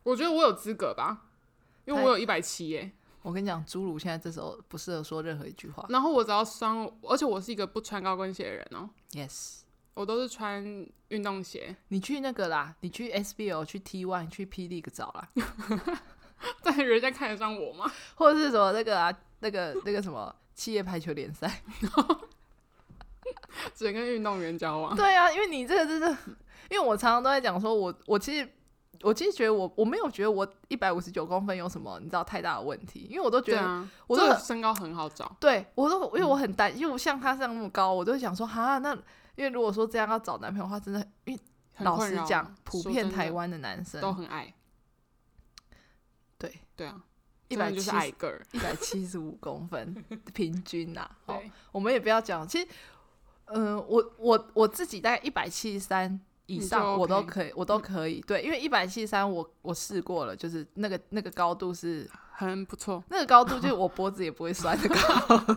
Speaker 2: 我觉得我有资格吧，因为我有一百七耶。
Speaker 1: 我跟你讲，侏儒现在这时候不适合说任何一句话。
Speaker 2: 然后我只要穿，而且我是一个不穿高跟鞋的人哦、
Speaker 1: Yes，
Speaker 2: 我都是穿运动鞋，
Speaker 1: 你去那个啦，你去 SBL、去 T One、去 P League 找 啦，
Speaker 2: 但人家看得上我吗？
Speaker 1: 或者是什么那个啊，那个那个什么企业排球联赛。
Speaker 2: 只能跟运动员交往。
Speaker 1: 对啊，因为你这个真的，因为我常常都在讲说我，我其实。我其实觉得我我没有觉得我一百五十九公分有什么你知道太大的问题，因为我都觉
Speaker 2: 对
Speaker 1: 得、
Speaker 2: 啊，嗯
Speaker 1: 我
Speaker 2: 这
Speaker 1: 都
Speaker 2: 个
Speaker 1: 很
Speaker 2: 身高很好找，
Speaker 1: 对我都因为我很担，因为我像他这样那么高，我都会想说哈那因为如果说这样要找男朋友的话，真的因为
Speaker 2: 很
Speaker 1: 老
Speaker 2: 困
Speaker 1: 实
Speaker 2: 扰啊
Speaker 1: 讲，普
Speaker 2: 说
Speaker 1: 遍
Speaker 2: 真的
Speaker 1: 台湾的男生
Speaker 2: 都很矮。
Speaker 1: 对
Speaker 2: 对啊，
Speaker 1: 一
Speaker 2: 真的
Speaker 1: 百
Speaker 2: 就
Speaker 1: 七
Speaker 2: 是
Speaker 1: 十
Speaker 2: 矮个儿。
Speaker 1: 一百七十五公 分平均呐、啊。哦，
Speaker 2: 对，
Speaker 1: 呃我们也不要讲，其实，嗯、我我我自己大概一百七十三以
Speaker 2: 你就嗯
Speaker 1: 上，我都
Speaker 2: OK
Speaker 1: 可以，我都可以。对，因为一百七十三，我我试过了，就是那个那个高度是
Speaker 2: 很不错。
Speaker 1: 那个高度，就是我脖子也不会酸的高度。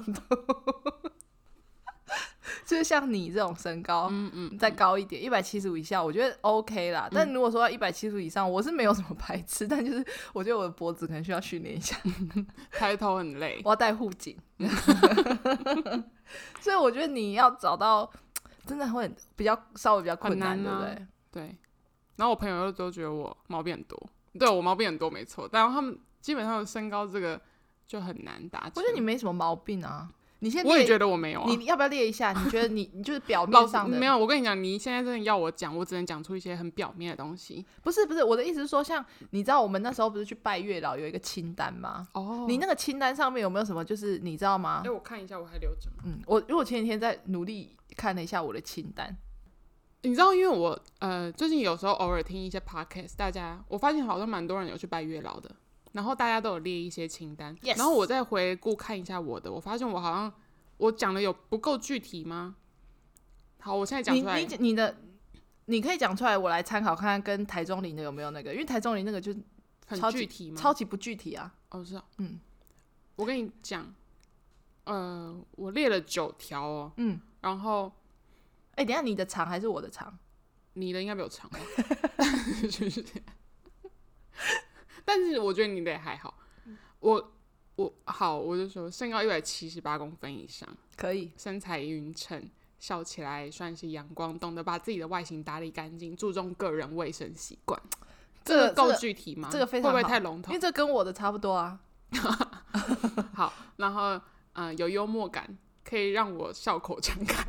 Speaker 1: 就是像你这种身高，
Speaker 2: 嗯嗯，
Speaker 1: 再高一点，一百七十五以下，我觉得 OK 啦。但如果说一百七十五以上，我是没有什么 排斥，但就是我觉得我的脖子可能需要训练一下，
Speaker 2: 抬头很累。
Speaker 1: 我要戴护颈。 所以我觉得你要找到真的会很比较稍微比较困难，
Speaker 2: 很难啊
Speaker 1: 对不对？
Speaker 2: 对，然后我朋友又都觉得我毛病很多，对我毛病很多没错，但他们基本上身高这个就很难达成。
Speaker 1: 我觉得你没什么毛病啊。你先列，
Speaker 2: 我也觉得我没有啊
Speaker 1: 你，你要不要列一下？你觉得你 你就是表
Speaker 2: 老
Speaker 1: 面
Speaker 2: 实
Speaker 1: 上的
Speaker 2: 没有。我跟你讲，你现在真的要我讲，我只能讲出一些很表面的东西。
Speaker 1: 不是不是，我的意思是说，像你知道我们那时候不是去拜月老有一个清单吗？
Speaker 2: 哦
Speaker 1: 你那个清单上面有没有什么？就是你知道吗？
Speaker 2: 哎我看一下，我还留着吗？
Speaker 1: 嗯，我因为我前几天在努力看了一下我的清单，
Speaker 2: 你知道，因为我呃最近有时候偶尔听一些 podcast，大家我发现好像蛮多人有去拜月老的，然后大家都有列一些清单
Speaker 1: Yes
Speaker 2: 然后我再回顾看一下我的，我发现我好像我讲的有不够具体吗？好，我现在讲
Speaker 1: 你
Speaker 2: 出来
Speaker 1: 你你的你可以讲出来，我来参考看看跟台中林的有没有那个，因为台中林那个就是超
Speaker 2: 很
Speaker 1: 级
Speaker 2: 具体吗？
Speaker 1: 超级不具体啊。
Speaker 2: 哦，是、啊，
Speaker 1: 嗯，
Speaker 2: 我跟你讲，呃，我列了九条哦，
Speaker 1: 嗯，
Speaker 2: 然后
Speaker 1: 哎、等一下你的长还是我的长？
Speaker 2: 你的应该比我长吧， 就是但是我觉得你的也还好。我我好，我就说身高一百七十八公分以上，
Speaker 1: 可以，
Speaker 2: 身材匀称，笑起来算是阳光，懂得把自己的外形打理干净，注重个人卫生习惯。
Speaker 1: 这
Speaker 2: 个
Speaker 1: 个
Speaker 2: 够
Speaker 1: 这个
Speaker 2: 具体吗？
Speaker 1: 这个非
Speaker 2: 会不会
Speaker 1: 常好
Speaker 2: 太笼
Speaker 1: 因
Speaker 2: 统
Speaker 1: 为？这跟我的差不多啊。
Speaker 2: 好，然后嗯、呃有幽默感，可以让我笑口常 开。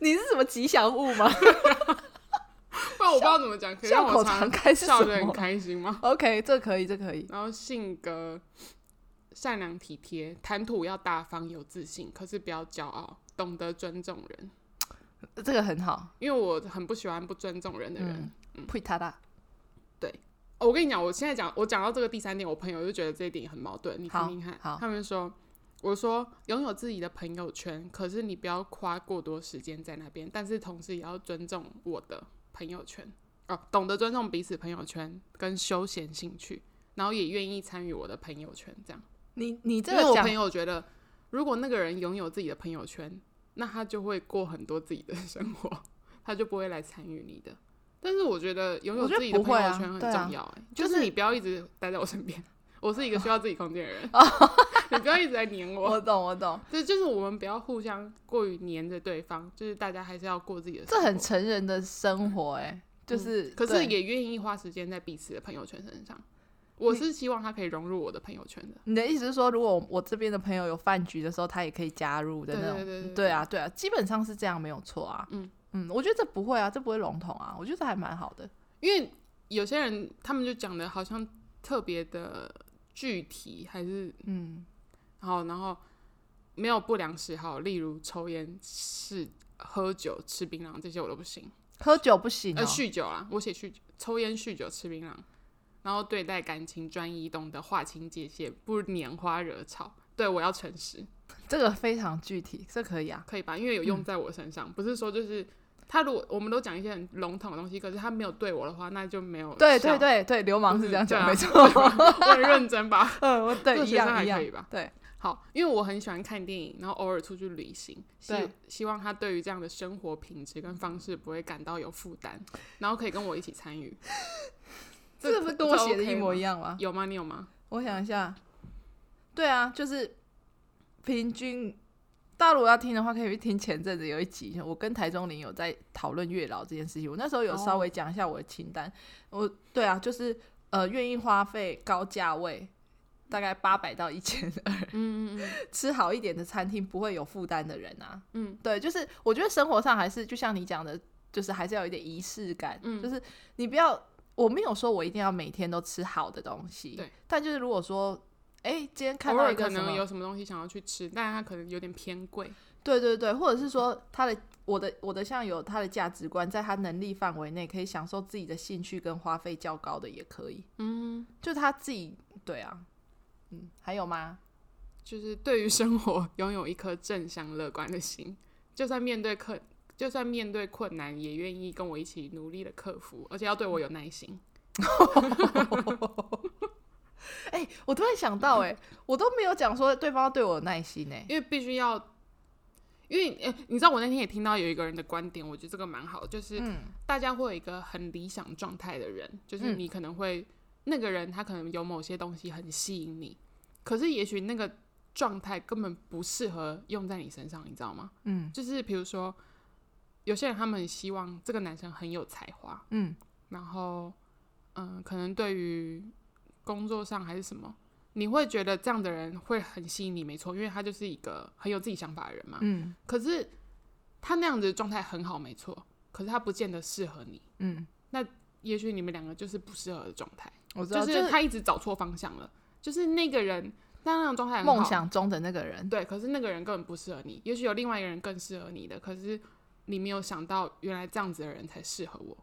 Speaker 1: 你是什么吉祥物吗？
Speaker 2: 不然我不知道怎么讲，可 以让
Speaker 1: 笑
Speaker 2: 我
Speaker 1: 口
Speaker 2: 常
Speaker 1: 常开是
Speaker 2: 笑
Speaker 1: 什
Speaker 2: 得很
Speaker 1: 么
Speaker 2: 开心吗？
Speaker 1: ？OK，这可以，这可以。
Speaker 2: 然后性格善良体贴，谈吐要大方有自信，可是不要骄傲，懂得尊重人。
Speaker 1: 这个很好，
Speaker 2: 因为我很不喜欢不尊重人的人。
Speaker 1: 嗯，呸他啦，
Speaker 2: 哦我跟你讲，我现在讲我讲到这个第三点，我朋友就觉得这一点很矛盾。你听
Speaker 1: 好
Speaker 2: 听看，
Speaker 1: 好
Speaker 2: 他们就说。我说拥有自己的朋友圈，可是你不要花过多时间在那边，但是同时也要尊重我的朋友圈哦，懂得尊重彼此朋友圈跟休闲兴趣，然后也愿意参与我的朋友圈，这样。
Speaker 1: 你你这
Speaker 2: 因为我
Speaker 1: 个
Speaker 2: 朋
Speaker 1: 讲
Speaker 2: 友觉得，如果那个人拥有自己的朋友圈，那他就会过很多自己的生活，他就不会来参与你的。但是我觉得拥有
Speaker 1: 我觉得
Speaker 2: 自己的
Speaker 1: 不
Speaker 2: 朋
Speaker 1: 会
Speaker 2: 友
Speaker 1: 啊
Speaker 2: 圈很
Speaker 1: 对啊
Speaker 2: 重要、欸，
Speaker 1: 就
Speaker 2: 就是
Speaker 1: 是
Speaker 2: 你不要一直待在我身边， 我是一个需要自己空间的人， 你不要一直在黏我。
Speaker 1: 哦我懂我懂，
Speaker 2: 对，就是我们不要互相过于黏着对方，就是大家还是要过自己的生
Speaker 1: 这
Speaker 2: 活。
Speaker 1: 很成人的生活哎、就是
Speaker 2: 嗯可是
Speaker 1: 对
Speaker 2: 也愿意花时间在彼此的朋友圈身上。我是希望他可以融入我的朋友圈的。
Speaker 1: 你的意思是说，如果我我这边的朋友有饭局的时候，他也可以加入的
Speaker 2: 对
Speaker 1: 那
Speaker 2: 对
Speaker 1: 种？
Speaker 2: 对对
Speaker 1: 对啊，对啊，基本上是这样，没有错啊。
Speaker 2: 嗯
Speaker 1: 嗯，我觉得这不会啊，这不会笼统啊，我觉得这还蛮好的。
Speaker 2: 因为有些人他们就讲的好像特别的具体，还是
Speaker 1: 嗯，
Speaker 2: 好，然后没有不良嗜好，例如抽烟、是喝酒、吃槟榔这些我都不行，
Speaker 1: 喝酒不行、哦
Speaker 2: 呃，酗酒啦，我写酗酒，抽烟、酗酒、吃槟榔，然后对待感情专一，懂得划清界限，不拈花惹草。对我要诚实，
Speaker 1: 这个非常具体，这可以啊。
Speaker 2: 可以吧？因为有用在我身上，不是说就是。他如果我们都讲一些很笼统的东西，可是他没有对我的话，那就没有
Speaker 1: 对
Speaker 2: 效
Speaker 1: 对对对，流氓是这样讲，
Speaker 2: 对啊
Speaker 1: 没错。
Speaker 2: 我很认真吧？
Speaker 1: 嗯，我
Speaker 2: 这
Speaker 1: 对
Speaker 2: 个
Speaker 1: 一
Speaker 2: 学生
Speaker 1: 样
Speaker 2: 还
Speaker 1: 一样
Speaker 2: 可以。吧？
Speaker 1: 对，
Speaker 2: 好，因为我很喜欢看电影，然后偶尔出去旅行，希
Speaker 1: 对
Speaker 2: 希望他对于这样的生活品质跟方式不会感到有负担，然后可以跟我一起参与。
Speaker 1: 这个不是跟我写的一模一
Speaker 2: 样、
Speaker 1: 样吗？
Speaker 2: 有吗？你有吗？
Speaker 1: 我想一下，对啊，就是平均。大家如果要听的话，可以去听前阵子有一集，我跟台中林有在讨论月老这件事情。我那时候有稍微讲一下我的清单。我对啊，就是呃，愿意花费高价位，大概八百到一千二，
Speaker 2: 嗯嗯嗯
Speaker 1: 吃好一点的餐厅，不会有负担的人啊。
Speaker 2: 嗯，
Speaker 1: 对，就是我觉得生活上还是就像你讲的，就是还是要有一点仪式感，
Speaker 2: 嗯
Speaker 1: 就是你不要，我没有说我一定要每天都吃好的东西，
Speaker 2: 对，
Speaker 1: 但就是如果说，哎、今天看
Speaker 2: 偶
Speaker 1: 到
Speaker 2: 尔
Speaker 1: 一
Speaker 2: 可
Speaker 1: 个什
Speaker 2: 能有
Speaker 1: 么，
Speaker 2: 什么东西想要去吃，但他可能有点偏贵。
Speaker 1: 对对对，或者是说他的。我的我的像有他的价值观，在他能力范围内可以享受自己的兴趣跟花费较高的也可以，
Speaker 2: 嗯，
Speaker 1: 就他自己对啊，嗯，还有吗？
Speaker 2: 就是对于生活拥有一颗正向乐观的心，就算面对客就算面对困难，也愿意跟我一起努力的克服，而且要对我有耐心。
Speaker 1: 哎、我突然想到、 哎，我都没有讲说对方要对我有耐心呢、
Speaker 2: 因为必须要，因为呃，你知道我那天也听到有一个人的观点，我觉得这个蛮好的，就是
Speaker 1: 嗯
Speaker 2: 大家会有一个很理想状态的人，就是
Speaker 1: 嗯
Speaker 2: 你可能会、那个人他可能有某些东西很吸引你，可是也许那个状态根本不适合用在你身上，你知道吗？
Speaker 1: 嗯
Speaker 2: 就是比如说，有些人他们很希望这个男生很有才华，
Speaker 1: 嗯
Speaker 2: 然后嗯、呃可能对于工作上还是什么。你会觉得这样的人会很吸引你，没错，因为他就是一个很有自己想法的人嘛。
Speaker 1: 嗯
Speaker 2: 可是他那样子的状态很好，没错，可是他不见得适合你。
Speaker 1: 嗯，
Speaker 2: 也许你们两个就是不适合的状态，
Speaker 1: 我知道，
Speaker 2: 就
Speaker 1: 就是
Speaker 2: 他一直找错方向了。就是那个人，那样的状态很好
Speaker 1: 梦想中的那个人。
Speaker 2: 对，可是那个人根本不适合你。也许有另外一个人更适合你的，可是你没有想到，原来这样子的人才适合我。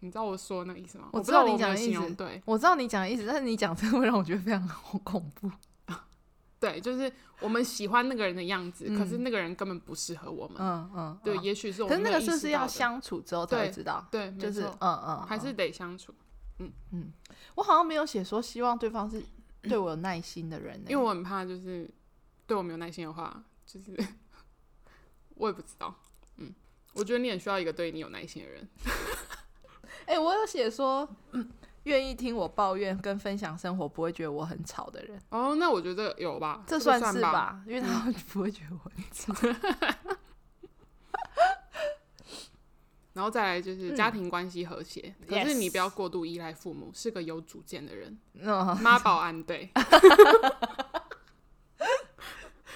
Speaker 2: 你知道我说那个意思吗？
Speaker 1: 我
Speaker 2: 我不
Speaker 1: 知道
Speaker 2: 我
Speaker 1: 你
Speaker 2: 有没
Speaker 1: 讲
Speaker 2: 有
Speaker 1: 的意
Speaker 2: 形
Speaker 1: 思
Speaker 2: 容对
Speaker 1: 我知道你讲的意思，但是你讲这个会让我觉得非常 恐怖。
Speaker 2: 对，就是我们喜欢那个人的样子，可是
Speaker 1: 嗯
Speaker 2: 那个人根本不适合我们。
Speaker 1: 嗯嗯，
Speaker 2: 对，
Speaker 1: 嗯
Speaker 2: 也许是我
Speaker 1: 可
Speaker 2: 们
Speaker 1: 是那
Speaker 2: 没有
Speaker 1: 个
Speaker 2: 意
Speaker 1: 是不
Speaker 2: 识
Speaker 1: 是要
Speaker 2: 到的
Speaker 1: 相处之后才会
Speaker 2: 对
Speaker 1: 知道？
Speaker 2: 对，没
Speaker 1: 就是
Speaker 2: 错
Speaker 1: 嗯嗯，
Speaker 2: 还是
Speaker 1: 嗯
Speaker 2: 得相处。
Speaker 1: 我好像没有写说希望对 方是对我有耐心的人呢、
Speaker 2: 因为我很怕就是对我没有耐心的话，就是 我也不知道。嗯，我觉得你很需要一个对你有耐心的人。
Speaker 1: 哎、我有写说嗯愿意听我抱怨跟分享生活，不会觉得我很吵的人，
Speaker 2: 哦，那我觉得有吧，
Speaker 1: 这
Speaker 2: 这
Speaker 1: 算
Speaker 2: 个
Speaker 1: 是
Speaker 2: 吧？
Speaker 1: 吧？嗯因为他们不会觉得我很吵。
Speaker 2: 然后再来就是家庭关系和谐，可是
Speaker 1: 嗯 Yes
Speaker 2: 你不要过度依赖父母，是个有主见的人，
Speaker 1: 嗯，
Speaker 2: 妈宝 安对。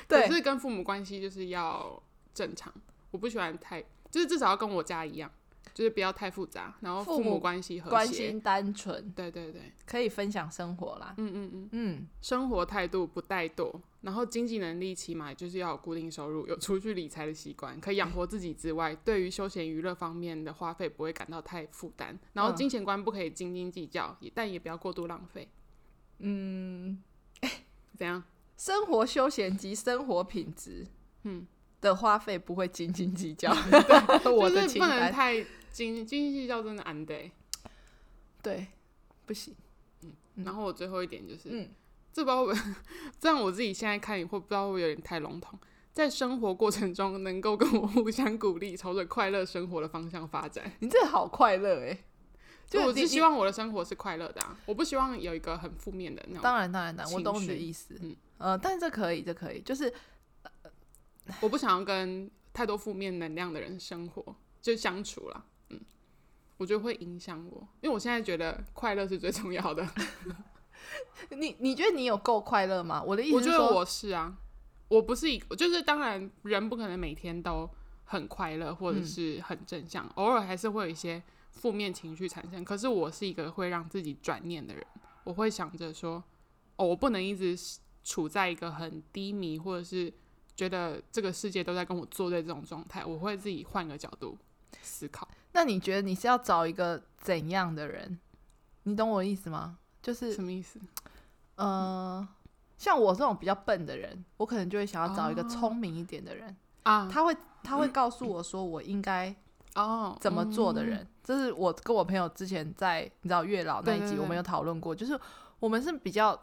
Speaker 1: 对
Speaker 2: 可是跟父母关系就是要正常，我不喜欢太，就是至少要跟我家一样，就是不要太复杂，然后
Speaker 1: 父
Speaker 2: 父母
Speaker 1: 母
Speaker 2: 关系和谐，
Speaker 1: 关心单纯，
Speaker 2: 对对对，
Speaker 1: 可以分享生活啦。
Speaker 2: 嗯嗯嗯。
Speaker 1: 嗯，
Speaker 2: 生活态度不怠惰，然后经济能力起码就是要有固定收入，有储蓄理财的习惯，可以养活自己之外，对于休闲娱乐方面的花费不会感到太负担。然后
Speaker 1: 嗯
Speaker 2: 金钱观不可以斤斤计较，也但也不要过度浪费。嗯，怎样？
Speaker 1: 生活休闲及生活品质，
Speaker 2: 嗯，
Speaker 1: 的花费不会斤斤计 较。我
Speaker 2: 就
Speaker 1: 的
Speaker 2: 是
Speaker 1: 清
Speaker 2: 不能
Speaker 1: 单
Speaker 2: 太斤斤斤计较，真的安得。欸
Speaker 1: 对，不行。嗯
Speaker 2: 然后我最后一点就是，
Speaker 1: 嗯，
Speaker 2: 这包这样我 自己现在看也会不知道会不会有点太笼统。在生活过程中，能够跟我互相鼓励，朝着快乐生活的方向发展。
Speaker 1: 你这个好快乐哎、
Speaker 2: 就我
Speaker 1: 你
Speaker 2: 是
Speaker 1: 你
Speaker 2: 希望我的生活是快乐的、啊，我不希望有一个很负面的那种，
Speaker 1: 当然，当然，当然，我
Speaker 2: 情
Speaker 1: 懂你的
Speaker 2: 绪
Speaker 1: 意思。
Speaker 2: 嗯
Speaker 1: 呃，但这可以，这可以，就是
Speaker 2: 我不想要跟太多负面能量的人生活，就相处啦。嗯，我觉得会影响我，因为我现在觉得快乐是最重要的。
Speaker 1: 你你觉得你有够快乐吗？我的意
Speaker 2: 我
Speaker 1: 思
Speaker 2: 觉
Speaker 1: 是
Speaker 2: 得
Speaker 1: 说，
Speaker 2: 我是啊，我不是一个，就是当然人不可能每天都很快乐或者
Speaker 1: 嗯
Speaker 2: 是很正向，偶尔还是会有一些负面情绪产生。可是我是一个会让自己转念的人，我会想着说，哦，我不能一直是处在一个很低迷或者是觉得这个世界都在跟我作对这种状态，我会自己换个角度思考。
Speaker 1: 那你觉得你是要找一个怎样的人？你懂我的意思吗？就是
Speaker 2: 什么意思？
Speaker 1: 呃，像我这种比较笨的人，我可能就会想要找一个
Speaker 2: 哦
Speaker 1: 聪明一点的人，
Speaker 2: 啊，
Speaker 1: 他会他会告诉我说我应该
Speaker 2: 哦，
Speaker 1: 怎么做的
Speaker 2: 嗯
Speaker 1: 人。这是我跟我朋友之前在你知道月老那一
Speaker 2: 对
Speaker 1: 集
Speaker 2: 对对
Speaker 1: 我们有讨论过，就是我们是比较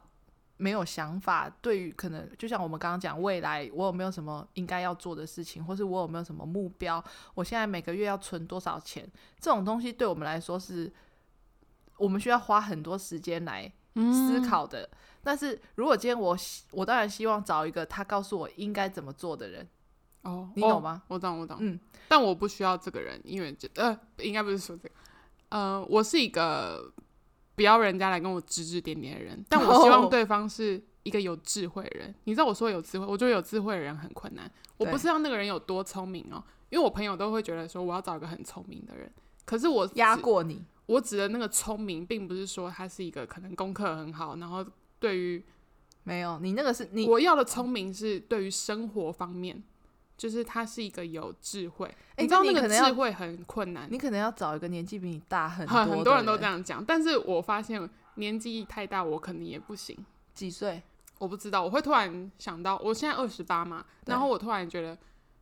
Speaker 1: 没有想法，对于可能就像我们刚刚讲未来我有没有什么应该要做的事情，或是我有没有什么目标，我现在每个月要存多少钱，这种东西对我们来说是我们需要花很多时间来
Speaker 2: 嗯
Speaker 1: 思考的。但是如果今天我希我当然希望找一个他告诉我应该怎么做的人，
Speaker 2: 哦，
Speaker 1: 你
Speaker 2: 哦
Speaker 1: 懂吗？
Speaker 2: 我懂，我懂。
Speaker 1: 嗯，
Speaker 2: 但我不需要这个人，因为这呃，应该不是说这个，呃，我是一个不要人家来跟我指指点点的人，但我希
Speaker 1: 哦
Speaker 2: 望对方是一个有智慧的人。你知道我说有智慧，我觉得有智慧的人很困难。我
Speaker 1: 对
Speaker 2: 不是让那个人有多聪明哦，因为我朋友都会觉得说我要找一个很聪明的人，可是我
Speaker 1: 压
Speaker 2: 指
Speaker 1: 过你，
Speaker 2: 我指的那个聪明，并不是说他是一个可能功课很好，然后对于
Speaker 1: 没有，你那个是你
Speaker 2: 我要的聪明是对于生活方面，就是他是一个有智慧。
Speaker 1: 哎
Speaker 2: 你知道
Speaker 1: 那你
Speaker 2: 那个
Speaker 1: 可能要
Speaker 2: 智慧很困难，
Speaker 1: 你可能要找一个年纪比你大很多
Speaker 2: 很很多
Speaker 1: 人
Speaker 2: 人都这，样讲。但是我发现年纪太大，我可能也不行。
Speaker 1: 几岁？
Speaker 2: 我不知道，我会突然想到，我现在二十八嘛，
Speaker 1: 对
Speaker 2: 然后我突然觉得，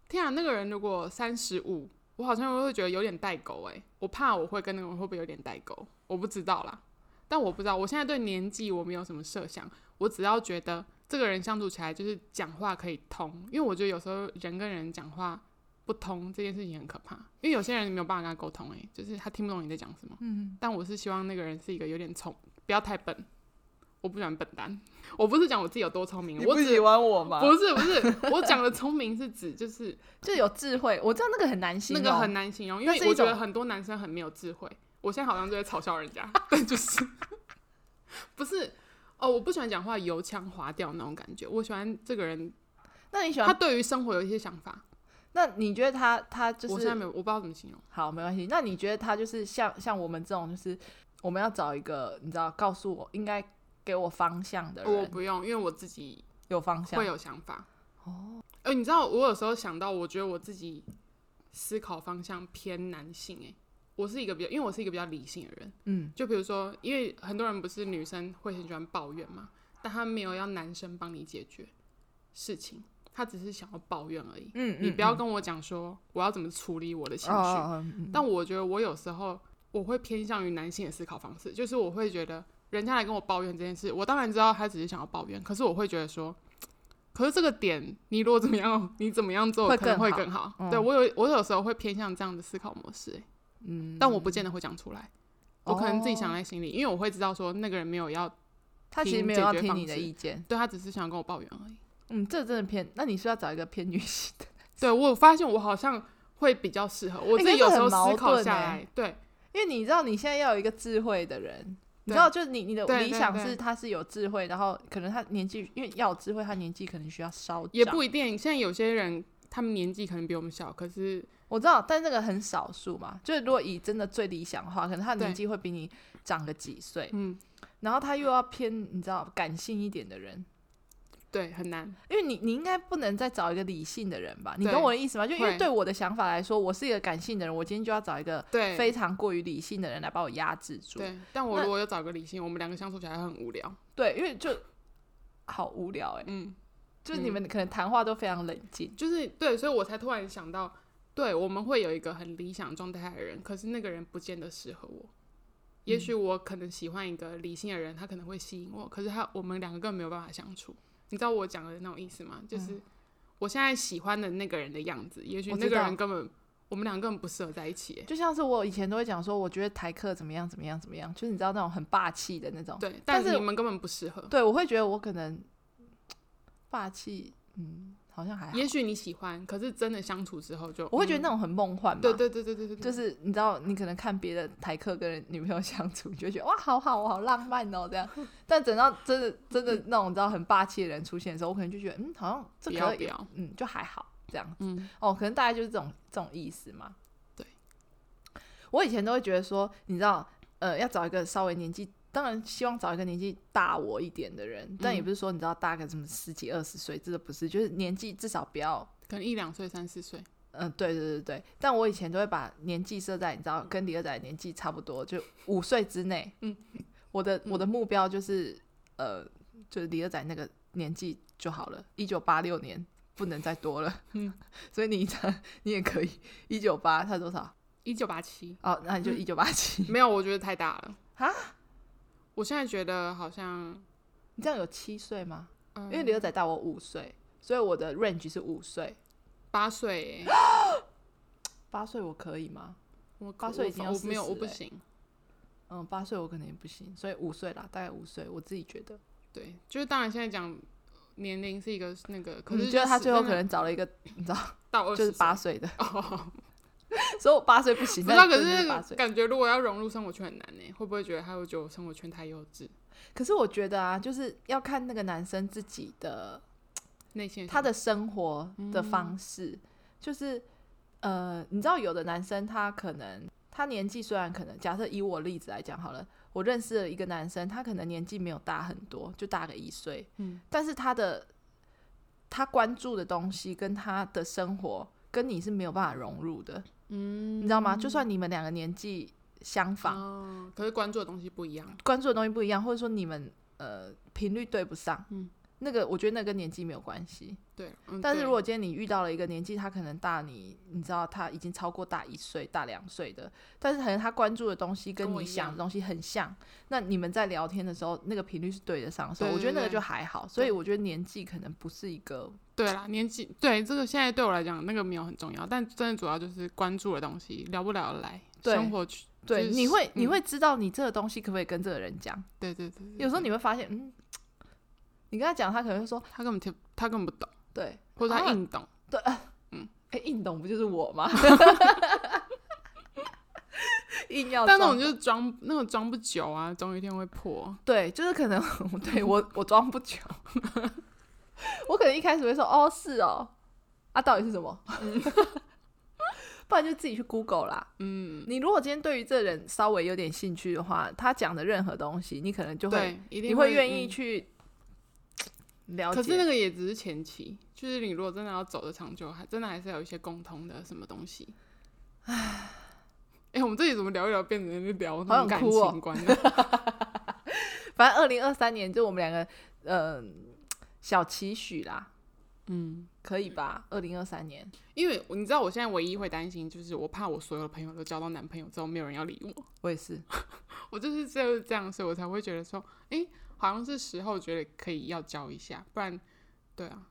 Speaker 2: 天啊，那个人如果三十五，我好像会觉得有点代沟哎、我怕我会跟那个人会不会有点代沟，我不知道啦。但我不知道，我现在对年纪我没有什么设想，我只要觉得这个人相处起来就是讲话可以通，因为我觉得有时候人跟人讲话不通这件事情很可怕，因为有些人没有办法跟他沟通哎、就是他听不懂你在讲什么。
Speaker 1: 嗯，
Speaker 2: 但我是希望那个人是一个有点聪，不要太笨，我不喜欢笨蛋。 我不是讲我自己有多聪明，
Speaker 1: 你
Speaker 2: 我
Speaker 1: 不
Speaker 2: 只
Speaker 1: 喜欢我吗？
Speaker 2: 不是不是，我讲的聪明是指就是
Speaker 1: 就有智慧，我知道那个很难形
Speaker 2: 那
Speaker 1: 容，
Speaker 2: 个很难形容，因
Speaker 1: 那
Speaker 2: 为
Speaker 1: 是一
Speaker 2: 我觉得
Speaker 1: 种
Speaker 2: 很多男生很没有智慧。我现在好像就在嘲笑人 家，但就是不是哦，我不喜欢讲话油腔滑调那种感觉，我喜欢这个人
Speaker 1: 那你喜
Speaker 2: 他
Speaker 1: 欢？
Speaker 2: 对于生活有一些想法。
Speaker 1: 那你觉得他他就
Speaker 2: 我现在
Speaker 1: 是
Speaker 2: 没有，我不知道怎么形容。
Speaker 1: 好没关系？那你觉得他就是像像我们这种，就是我们要找一个你知道告诉我应该给我方向的
Speaker 2: 我
Speaker 1: 人，
Speaker 2: 不用，因为我自己
Speaker 1: 有方向
Speaker 2: 会有想法。哦，呃，你知道我有时候想到，我觉得我自己思考方向偏男性、欸，我是一个比较，因为我是一个比较理性的人。
Speaker 1: 嗯，
Speaker 2: 就比如说，因为很多人不是女生会很喜欢抱怨嘛，但他没有要男生帮你解决事情，他只是想要抱怨而已。
Speaker 1: 嗯，
Speaker 2: 你不要
Speaker 1: 嗯
Speaker 2: 跟我讲说我要怎么处理我的情绪，
Speaker 1: 哦哦嗯嗯
Speaker 2: 但我觉得我有时候我会偏向于男性的思考方式，就是我会觉得人家来跟我抱怨这件事，我当然知道他只是想要抱怨，可是我会觉得说，可是这个点你如果怎么样，你怎么样做
Speaker 1: 会
Speaker 2: 可能
Speaker 1: 更
Speaker 2: 会
Speaker 1: 好
Speaker 2: 更好。
Speaker 1: 嗯
Speaker 2: 对我有我有时候会偏向这样的思考模式、欸
Speaker 1: 嗯
Speaker 2: 但我不见得会讲出来，我可能自己想
Speaker 1: 哦
Speaker 2: 在心里，因为我会知道说那个人没有要
Speaker 1: 他其实
Speaker 2: 听
Speaker 1: 没有
Speaker 2: 解
Speaker 1: 要
Speaker 2: 决
Speaker 1: 听
Speaker 2: 方
Speaker 1: 你的
Speaker 2: 式
Speaker 1: 意见，
Speaker 2: 对他只是想跟我抱怨而已。
Speaker 1: 嗯，这真的偏，那你是要找一个偏女性的，
Speaker 2: 对我有发现我好像会比较适合，我
Speaker 1: 欸
Speaker 2: 自己
Speaker 1: 可
Speaker 2: 有
Speaker 1: 是
Speaker 2: 时候
Speaker 1: 很矛
Speaker 2: 思考
Speaker 1: 盾
Speaker 2: 下
Speaker 1: 欸
Speaker 2: 来，对。
Speaker 1: 因为你知道你现在要有一个智慧的人，你知
Speaker 2: 对
Speaker 1: 道，就是你你的
Speaker 2: 对
Speaker 1: 理
Speaker 2: 对
Speaker 1: 想
Speaker 2: 对
Speaker 1: 是他是有智慧，然后可能他年纪，因为要有智慧，他年纪可能需要稍
Speaker 2: 也
Speaker 1: 长
Speaker 2: 不一定。现在有些人他们年纪可能比我们小，可是
Speaker 1: 我知道，但那个很少数嘛，就是如果以真的最理想的话，可能他的
Speaker 2: 对
Speaker 1: 年纪会比你长个几岁，
Speaker 2: 嗯，
Speaker 1: 然后他又要偏你知道感性一点的人，
Speaker 2: 对，很难。
Speaker 1: 因为你你应该不能再找一个理性的人吧？你
Speaker 2: 对
Speaker 1: 懂我的意思吗？就因为
Speaker 2: 会
Speaker 1: 对我的想法来说，我是一个感性的人，我今天就要找一个
Speaker 2: 对，
Speaker 1: 非常过于理性的人来把我压制住。
Speaker 2: 对。但我
Speaker 1: 那
Speaker 2: 如果有找个理性，我们两个相处起来会很无聊。
Speaker 1: 对，因为就好无聊哎、
Speaker 2: 嗯，
Speaker 1: 就是你们可能谈话都非常冷静。
Speaker 2: 就是对，所以我才突然想到，对，我们会有一个很理想状态的人，可是那个人不见得适合我。也
Speaker 1: 嗯
Speaker 2: 许我可能喜欢一个理性的人，他可能会吸引我，可是他我们两个根本没有办法相处。你知道我讲的那种意思吗？就是我现在喜欢的那个人的样子，也许
Speaker 1: 嗯我
Speaker 2: 那
Speaker 1: 知
Speaker 2: 个
Speaker 1: 道
Speaker 2: 人根本我们两个根本不适合在一起欸。
Speaker 1: 就像是我以前都会讲说，我觉得台客怎么样怎么样怎么样，就是你知道那种很霸气的那种。
Speaker 2: 对，
Speaker 1: 但
Speaker 2: 但
Speaker 1: 是
Speaker 2: 是你们根本不适合。
Speaker 1: 对，我会觉得我可能霸气，嗯，好像还好。
Speaker 2: 也许你喜欢，可是真的相处之后就
Speaker 1: 我会觉得
Speaker 2: 嗯
Speaker 1: 那种很梦幻嘛。
Speaker 2: 对对对对对对，
Speaker 1: 就
Speaker 2: 对
Speaker 1: 是你知道，你可能看别的台客跟女朋友相处，你就会觉得哇，好好哦，好浪漫哦，这 样。但等到真的真的那种你知道很霸气的人出现的时候，我可能就觉得，嗯，好像这
Speaker 2: 不
Speaker 1: 可
Speaker 2: 要
Speaker 1: 以，
Speaker 2: 不要，
Speaker 1: 嗯，就还好这样。
Speaker 2: 嗯，
Speaker 1: 哦，可能大概就是这种这种意思嘛。
Speaker 2: 对，
Speaker 1: 我以前都会觉得说，你知道，呃，要找一个稍微年纪，当然希望找一个年纪大我一点的人，但也
Speaker 2: 嗯
Speaker 1: 不是说你知道大个什么十几二十岁，这个不是，就是年纪至少不要。
Speaker 2: 可能一两岁、三四岁，
Speaker 1: 嗯、对对对对，但我以前都会把年纪设在你知道跟李二仔的年纪差不多，就五岁之内。
Speaker 2: 嗯，
Speaker 1: 我的我的目标就是呃，就是李二仔那个年纪就好了，一九八六年不能再多了。
Speaker 2: 嗯，
Speaker 1: 所以你你也可以一九八，他多少？
Speaker 2: 一九八七，
Speaker 1: 哦，那你
Speaker 2: 嗯
Speaker 1: 就一九八七。
Speaker 2: 没有，我觉得太大了
Speaker 1: 啊！
Speaker 2: 我现在觉得好像，
Speaker 1: 你这样有七岁吗？
Speaker 2: 嗯，
Speaker 1: 因为李二仔大我五岁，所以我的 range 是五岁。
Speaker 2: 八 岁欸，
Speaker 1: 八岁我可以吗？
Speaker 2: 我
Speaker 1: 八岁已经要
Speaker 2: 我我没有，
Speaker 1: 40
Speaker 2: 我不
Speaker 1: 了欸
Speaker 2: 行。
Speaker 1: 嗯，八岁我可能也不行，所以五岁啦，大概五岁，我自己觉得。
Speaker 2: 对，就是当然现在讲年龄是一个那个，可
Speaker 1: 你
Speaker 2: 是
Speaker 1: 觉得
Speaker 2: 嗯就
Speaker 1: 他
Speaker 2: 是
Speaker 1: 最后
Speaker 2: 真
Speaker 1: 可
Speaker 2: 的
Speaker 1: 能找了一个
Speaker 2: 到二
Speaker 1: 就是
Speaker 2: 十
Speaker 1: 八岁的，
Speaker 2: 哦，
Speaker 1: 所以我八岁不行。
Speaker 2: 不知道，
Speaker 1: 但
Speaker 2: 可
Speaker 1: 真的八
Speaker 2: 是
Speaker 1: 岁。
Speaker 2: 感觉如果要融入生活圈很难呢，会不会觉得他会觉得我生活圈太幼稚？
Speaker 1: 可是我觉得啊，就是要看那个男生自己的
Speaker 2: 内心
Speaker 1: 他
Speaker 2: 的
Speaker 1: 的生活
Speaker 2: 嗯
Speaker 1: 的方式，就是呃，你知道有的男生他可能他年纪虽然可能，假设以我例子来讲好了，我认识了一个男生，他可能年纪没有大很多，就大个一岁，
Speaker 2: 嗯，
Speaker 1: 但是他的他关注的东西跟他的生活跟你是没有办法融入的，
Speaker 2: 嗯，
Speaker 1: 你知道吗？就算你们两个年纪相仿。
Speaker 2: 哦，可是关注的东西不一样。
Speaker 1: 关注的东西不一样，或者说你们呃频率对不上，
Speaker 2: 嗯，
Speaker 1: 那个我觉得那跟年纪没有关系。
Speaker 2: 对，嗯、
Speaker 1: 但是
Speaker 2: 对
Speaker 1: 如果今天你遇到了一个年纪，他可能大你，你知道他已经超过大一岁、大两岁的，但是可能他关注的东西跟
Speaker 2: 跟我
Speaker 1: 你
Speaker 2: 一
Speaker 1: 想
Speaker 2: 样
Speaker 1: 的东西很像，那你们在聊天的时候，那个频率是对得上，所以
Speaker 2: 对
Speaker 1: 我觉得那
Speaker 2: 对
Speaker 1: 个
Speaker 2: 对
Speaker 1: 就还好。所以我觉得年纪可能不是一个，
Speaker 2: 对啦，年纪对这个现在对我来讲，那个没有很重要，但真的主要就是关注的东西，聊不聊得来，
Speaker 1: 对
Speaker 2: 生活去，
Speaker 1: 对，
Speaker 2: 就是
Speaker 1: 你会你
Speaker 2: 嗯
Speaker 1: 会知道你这个东西可不可以跟这个人讲。
Speaker 2: 对对对对
Speaker 1: 有时候你会发现，嗯，你跟他讲，他可能会说，
Speaker 2: 他根本听，他根本不懂，
Speaker 1: 对，
Speaker 2: 或者他
Speaker 1: 啊
Speaker 2: 硬懂，
Speaker 1: 哎、硬懂不就是我 吗？硬要装，
Speaker 2: 但那种就是装那种装不久啊，总有一天会破。
Speaker 1: 对，就是可能对 我我装不久，我可能一开始会说哦是哦，啊到底是什么？ 不然就自己去 Google 啦。
Speaker 2: 嗯，
Speaker 1: 你如果今天对于这人稍微有点兴趣的话，他讲的任何东西，你可能就会
Speaker 2: 对，一定
Speaker 1: 你会愿
Speaker 2: 嗯
Speaker 1: 意去了
Speaker 2: 可是那
Speaker 1: 解。
Speaker 2: 个也只是前期，就是你如果真的要走的长久，还真的还是要有一些共同的什么东西。哎、我们这里怎么聊一聊变成聊那
Speaker 1: 好想
Speaker 2: 种感
Speaker 1: 哭哦
Speaker 2: 情观了？
Speaker 1: 反正二零二三年就我们两个呃小期许啦，
Speaker 2: 嗯，
Speaker 1: 可以吧？二零二三年
Speaker 2: 因为你知道我现在唯一会担心就是我怕我所有的朋友都交到男朋友之后没有人要理我，
Speaker 1: 我也是，
Speaker 2: 我就是就是这样，所以我才会觉得说，哎、好像是时候觉得可以要交一下，不然，对啊。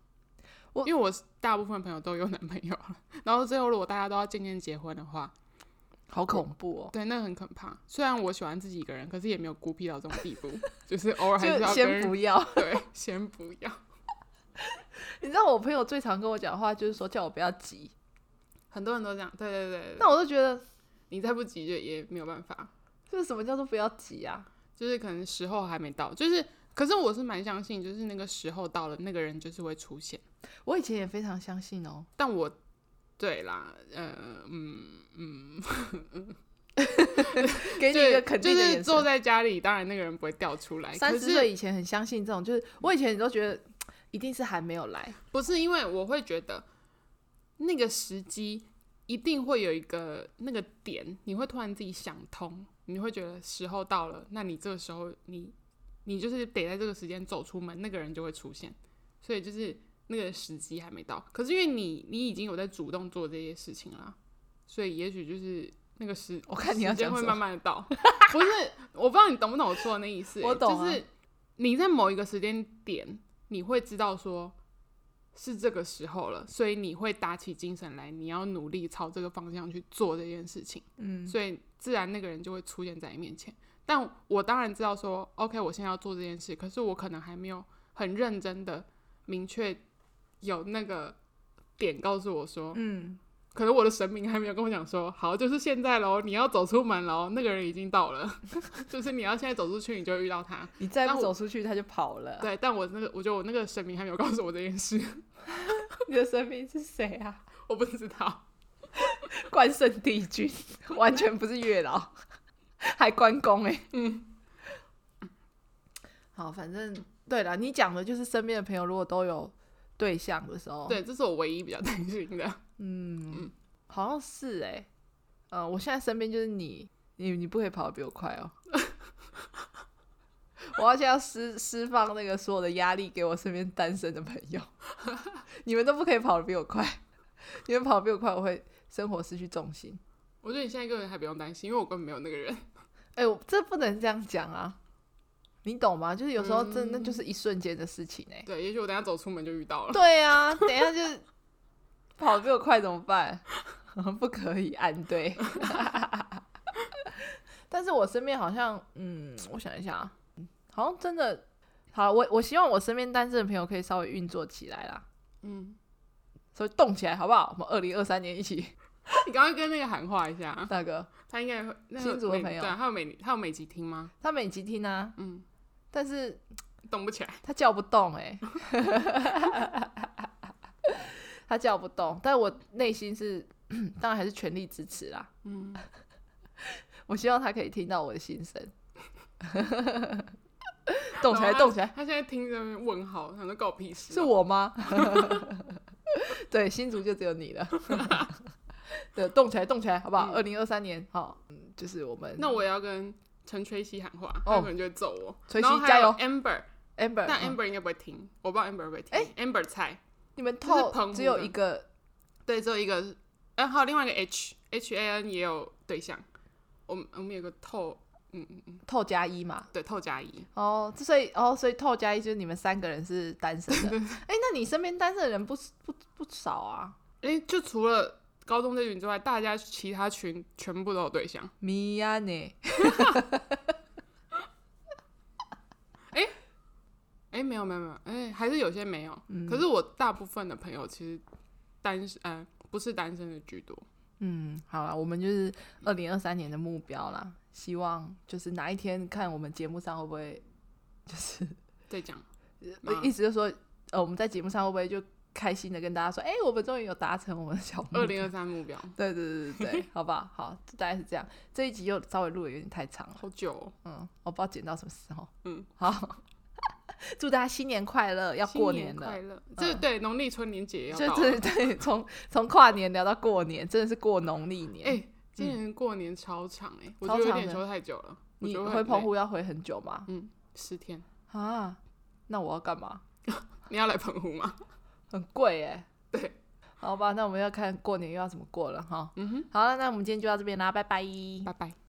Speaker 1: 我
Speaker 2: 因为我大部分朋友都有男朋友了，然后最后如果大家都要渐渐结婚的话，
Speaker 1: 好恐怖哦。
Speaker 2: 对，那个很可怕。虽然我喜欢自己一个人，可是也没有孤僻到这种地步， 就是偶尔还是
Speaker 1: 就
Speaker 2: 要跟
Speaker 1: 先
Speaker 2: 人
Speaker 1: 不要，
Speaker 2: 对，先不要，
Speaker 1: 你知道我朋友最常跟我讲的话就是说叫我不要急，
Speaker 2: 很多人都这样。对对对
Speaker 1: 那我就觉得
Speaker 2: 你再不急就也没有办法，
Speaker 1: 这什么叫做不要急啊？
Speaker 2: 就是可能时候还没到，就是。可是我是蛮相信，就是那个时候到了，那个人就是会出现。
Speaker 1: 我以前也非常相信哦，
Speaker 2: 但我，对啦，呃，嗯嗯，
Speaker 1: 给你一个肯定
Speaker 2: 就
Speaker 1: 的
Speaker 2: 是
Speaker 1: 眼神
Speaker 2: 坐。在家里，当然那个人不会掉出来。
Speaker 1: 三
Speaker 2: 可
Speaker 1: 十
Speaker 2: 是
Speaker 1: 岁以前很相信这种，就是我以前都觉得一定是还没有来，
Speaker 2: 不是因为我会觉得那个时机一定会有一个那个点，你会突然自己想通，你会觉得时候到了，那你这个时候你你就是得在这个时间走出门，那个人就会出现，所以就是那个时机还没到。可是因为你你已经有在主动做这些事情啦，所以也许就是。那个时，
Speaker 1: 我看你要
Speaker 2: 时间
Speaker 1: 讲
Speaker 2: 会
Speaker 1: 什么
Speaker 2: 慢慢的到， 不是，我不知道你懂不懂我说的那意思、欸
Speaker 1: 我懂啊
Speaker 2: 就是你在某一个时间点，你会知道说是这个时候了，所以你会打起精神来，你要努力朝这个方向去做这件事情，
Speaker 1: 嗯，
Speaker 2: 所以自然那个人就会出现在你面前。但我当然知道说，OK，我现在要做这件事，可是我可能还没有很认真的明确有那个点告诉我说，
Speaker 1: 嗯，
Speaker 2: 可能我的神明还没有跟我讲说，好，就是现在喽，你要走出门喽，那个人已经到了， 就是你要现在走出去，你就会遇到 他。
Speaker 1: 你再
Speaker 2: 但
Speaker 1: 不
Speaker 2: 我
Speaker 1: 走出去他就跑了，
Speaker 2: 对，但我那个，我觉得我那个神明还没有告诉我这件事，
Speaker 1: 你的生命是谁啊？
Speaker 2: 我不知道。
Speaker 1: 关圣帝君， 完全不是月老， 还关公哎、嗯，好，反正对了，你讲的就是身边的朋友如果都有对象的时候，，
Speaker 2: 对，这是我唯一比较担心的。
Speaker 1: 嗯，好像是哎、呃，我现在身边就是你，你你不可以跑得比我快 哦。我要先要释释放那个所有的压力给我身边单身的朋 友，你们都不可以跑得比我快，你们跑得比我快，我会生活失去重心。
Speaker 2: 我觉得你现在根本还不用担心，因为我根本没有那个人。
Speaker 1: 哎、我这不能这样讲啊，你懂吗？就是有时候真的
Speaker 2: 嗯
Speaker 1: 就是一瞬间的事情哎、
Speaker 2: 对，也许我等一下走出门就遇到了。
Speaker 1: 对啊，等一下就是 跑得比我快怎么办？ 不可以按对。 但是我身边好像，嗯，我想一下啊，好像真的，好，我我希望我身边单身的朋友可以稍微运作起来啦，
Speaker 2: 嗯，
Speaker 1: 所以动起来好不好？我们二零二三年一起，
Speaker 2: 你刚刚跟那个喊话一下，
Speaker 1: 大哥，
Speaker 2: 他应该会。那个
Speaker 1: 新竹的
Speaker 2: 每
Speaker 1: 朋友
Speaker 2: 对，他有每他有每集听吗？
Speaker 1: 他每集听啊，
Speaker 2: 嗯，
Speaker 1: 但是
Speaker 2: 动不起来。
Speaker 1: 他叫不动哎、 他叫不动，但我内心是 当然还是全力支持啦。
Speaker 2: 嗯，
Speaker 1: 我希望他可以听到我的心声， 动起来，
Speaker 2: 然后他
Speaker 1: 动起来，
Speaker 2: 他现在听着问号，想说搞屁事。啊
Speaker 1: 是我吗？ 对，新竹就只有你了。 对，动起来，动起来，好不好？二
Speaker 2: 嗯
Speaker 1: 零二三年，好，嗯就是我们
Speaker 2: 那我也要跟陈吹西喊话，
Speaker 1: 哦
Speaker 2: 他可能就会揍我。
Speaker 1: 崔西
Speaker 2: 然后还
Speaker 1: 加
Speaker 2: 有
Speaker 1: 油
Speaker 2: Amber
Speaker 1: Amber，
Speaker 2: 但
Speaker 1: 嗯
Speaker 2: Amber 应该不会听，我不知道 Amber 会不会听。Amber 菜，
Speaker 1: 你们
Speaker 2: 这是澎
Speaker 1: 透
Speaker 2: 湖
Speaker 1: 只有
Speaker 2: 的
Speaker 1: 一个
Speaker 2: 对，只有一个，哎，还有另外一个 H H A N 也有对象。我们我们有个透，嗯嗯嗯，
Speaker 1: 透加一嘛，
Speaker 2: 对，透加一，
Speaker 1: 哦，之所以哦，所以透加一就是你们三个人是单身 的。哎、那你身边单身的人不不不少啊
Speaker 2: 哎，就除了高中这群之外，大家其他群全部都有对象。
Speaker 1: 米亚呢？
Speaker 2: 哎，没有没有没有，哎，还是有些没有。
Speaker 1: 嗯
Speaker 2: 可是我大部分的朋友其实单身，呃，不是单身的居多。
Speaker 1: 嗯，好啦，我们就是二零二三年的目标啦，希望就是哪一天看我们节目上会不会， 就是
Speaker 2: 再讲，嗯
Speaker 1: 呃意思就是说，呃，我们在节目上会不会就开心的跟大家说，哎、我们终于有达成我们的小目标。
Speaker 2: 二零二三目标，
Speaker 1: 嗯 对对对对 对，好不好？好，大概是这样。这一集又稍微录的有点太长了。
Speaker 2: 好久、哦，
Speaker 1: 嗯，我不知道剪到什么时候。
Speaker 2: 嗯，
Speaker 1: 好，祝大家新年快乐，要过嗯
Speaker 2: 新年
Speaker 1: 了。
Speaker 2: 快乐！这对农历春年节也要
Speaker 1: 就
Speaker 2: 到了
Speaker 1: 对。对，从从跨年聊到过年，真的是过农历年。嗯
Speaker 2: 哎、今年过年超长哎、我
Speaker 1: 超
Speaker 2: 觉得有
Speaker 1: 长
Speaker 2: 点
Speaker 1: 的
Speaker 2: 休太久了。我
Speaker 1: 你
Speaker 2: 觉得
Speaker 1: 回澎
Speaker 2: 湖
Speaker 1: 湖要回很久吗？
Speaker 2: 十天，
Speaker 1: 啊，那我要干嘛？
Speaker 2: 你要来澎湖吗？
Speaker 1: 很贵哎、
Speaker 2: 对，
Speaker 1: 好吧，那我们要看过年又要怎么过了哈。嗯哼，好了，那我们今天就到这边啦，拜拜。
Speaker 2: 拜拜。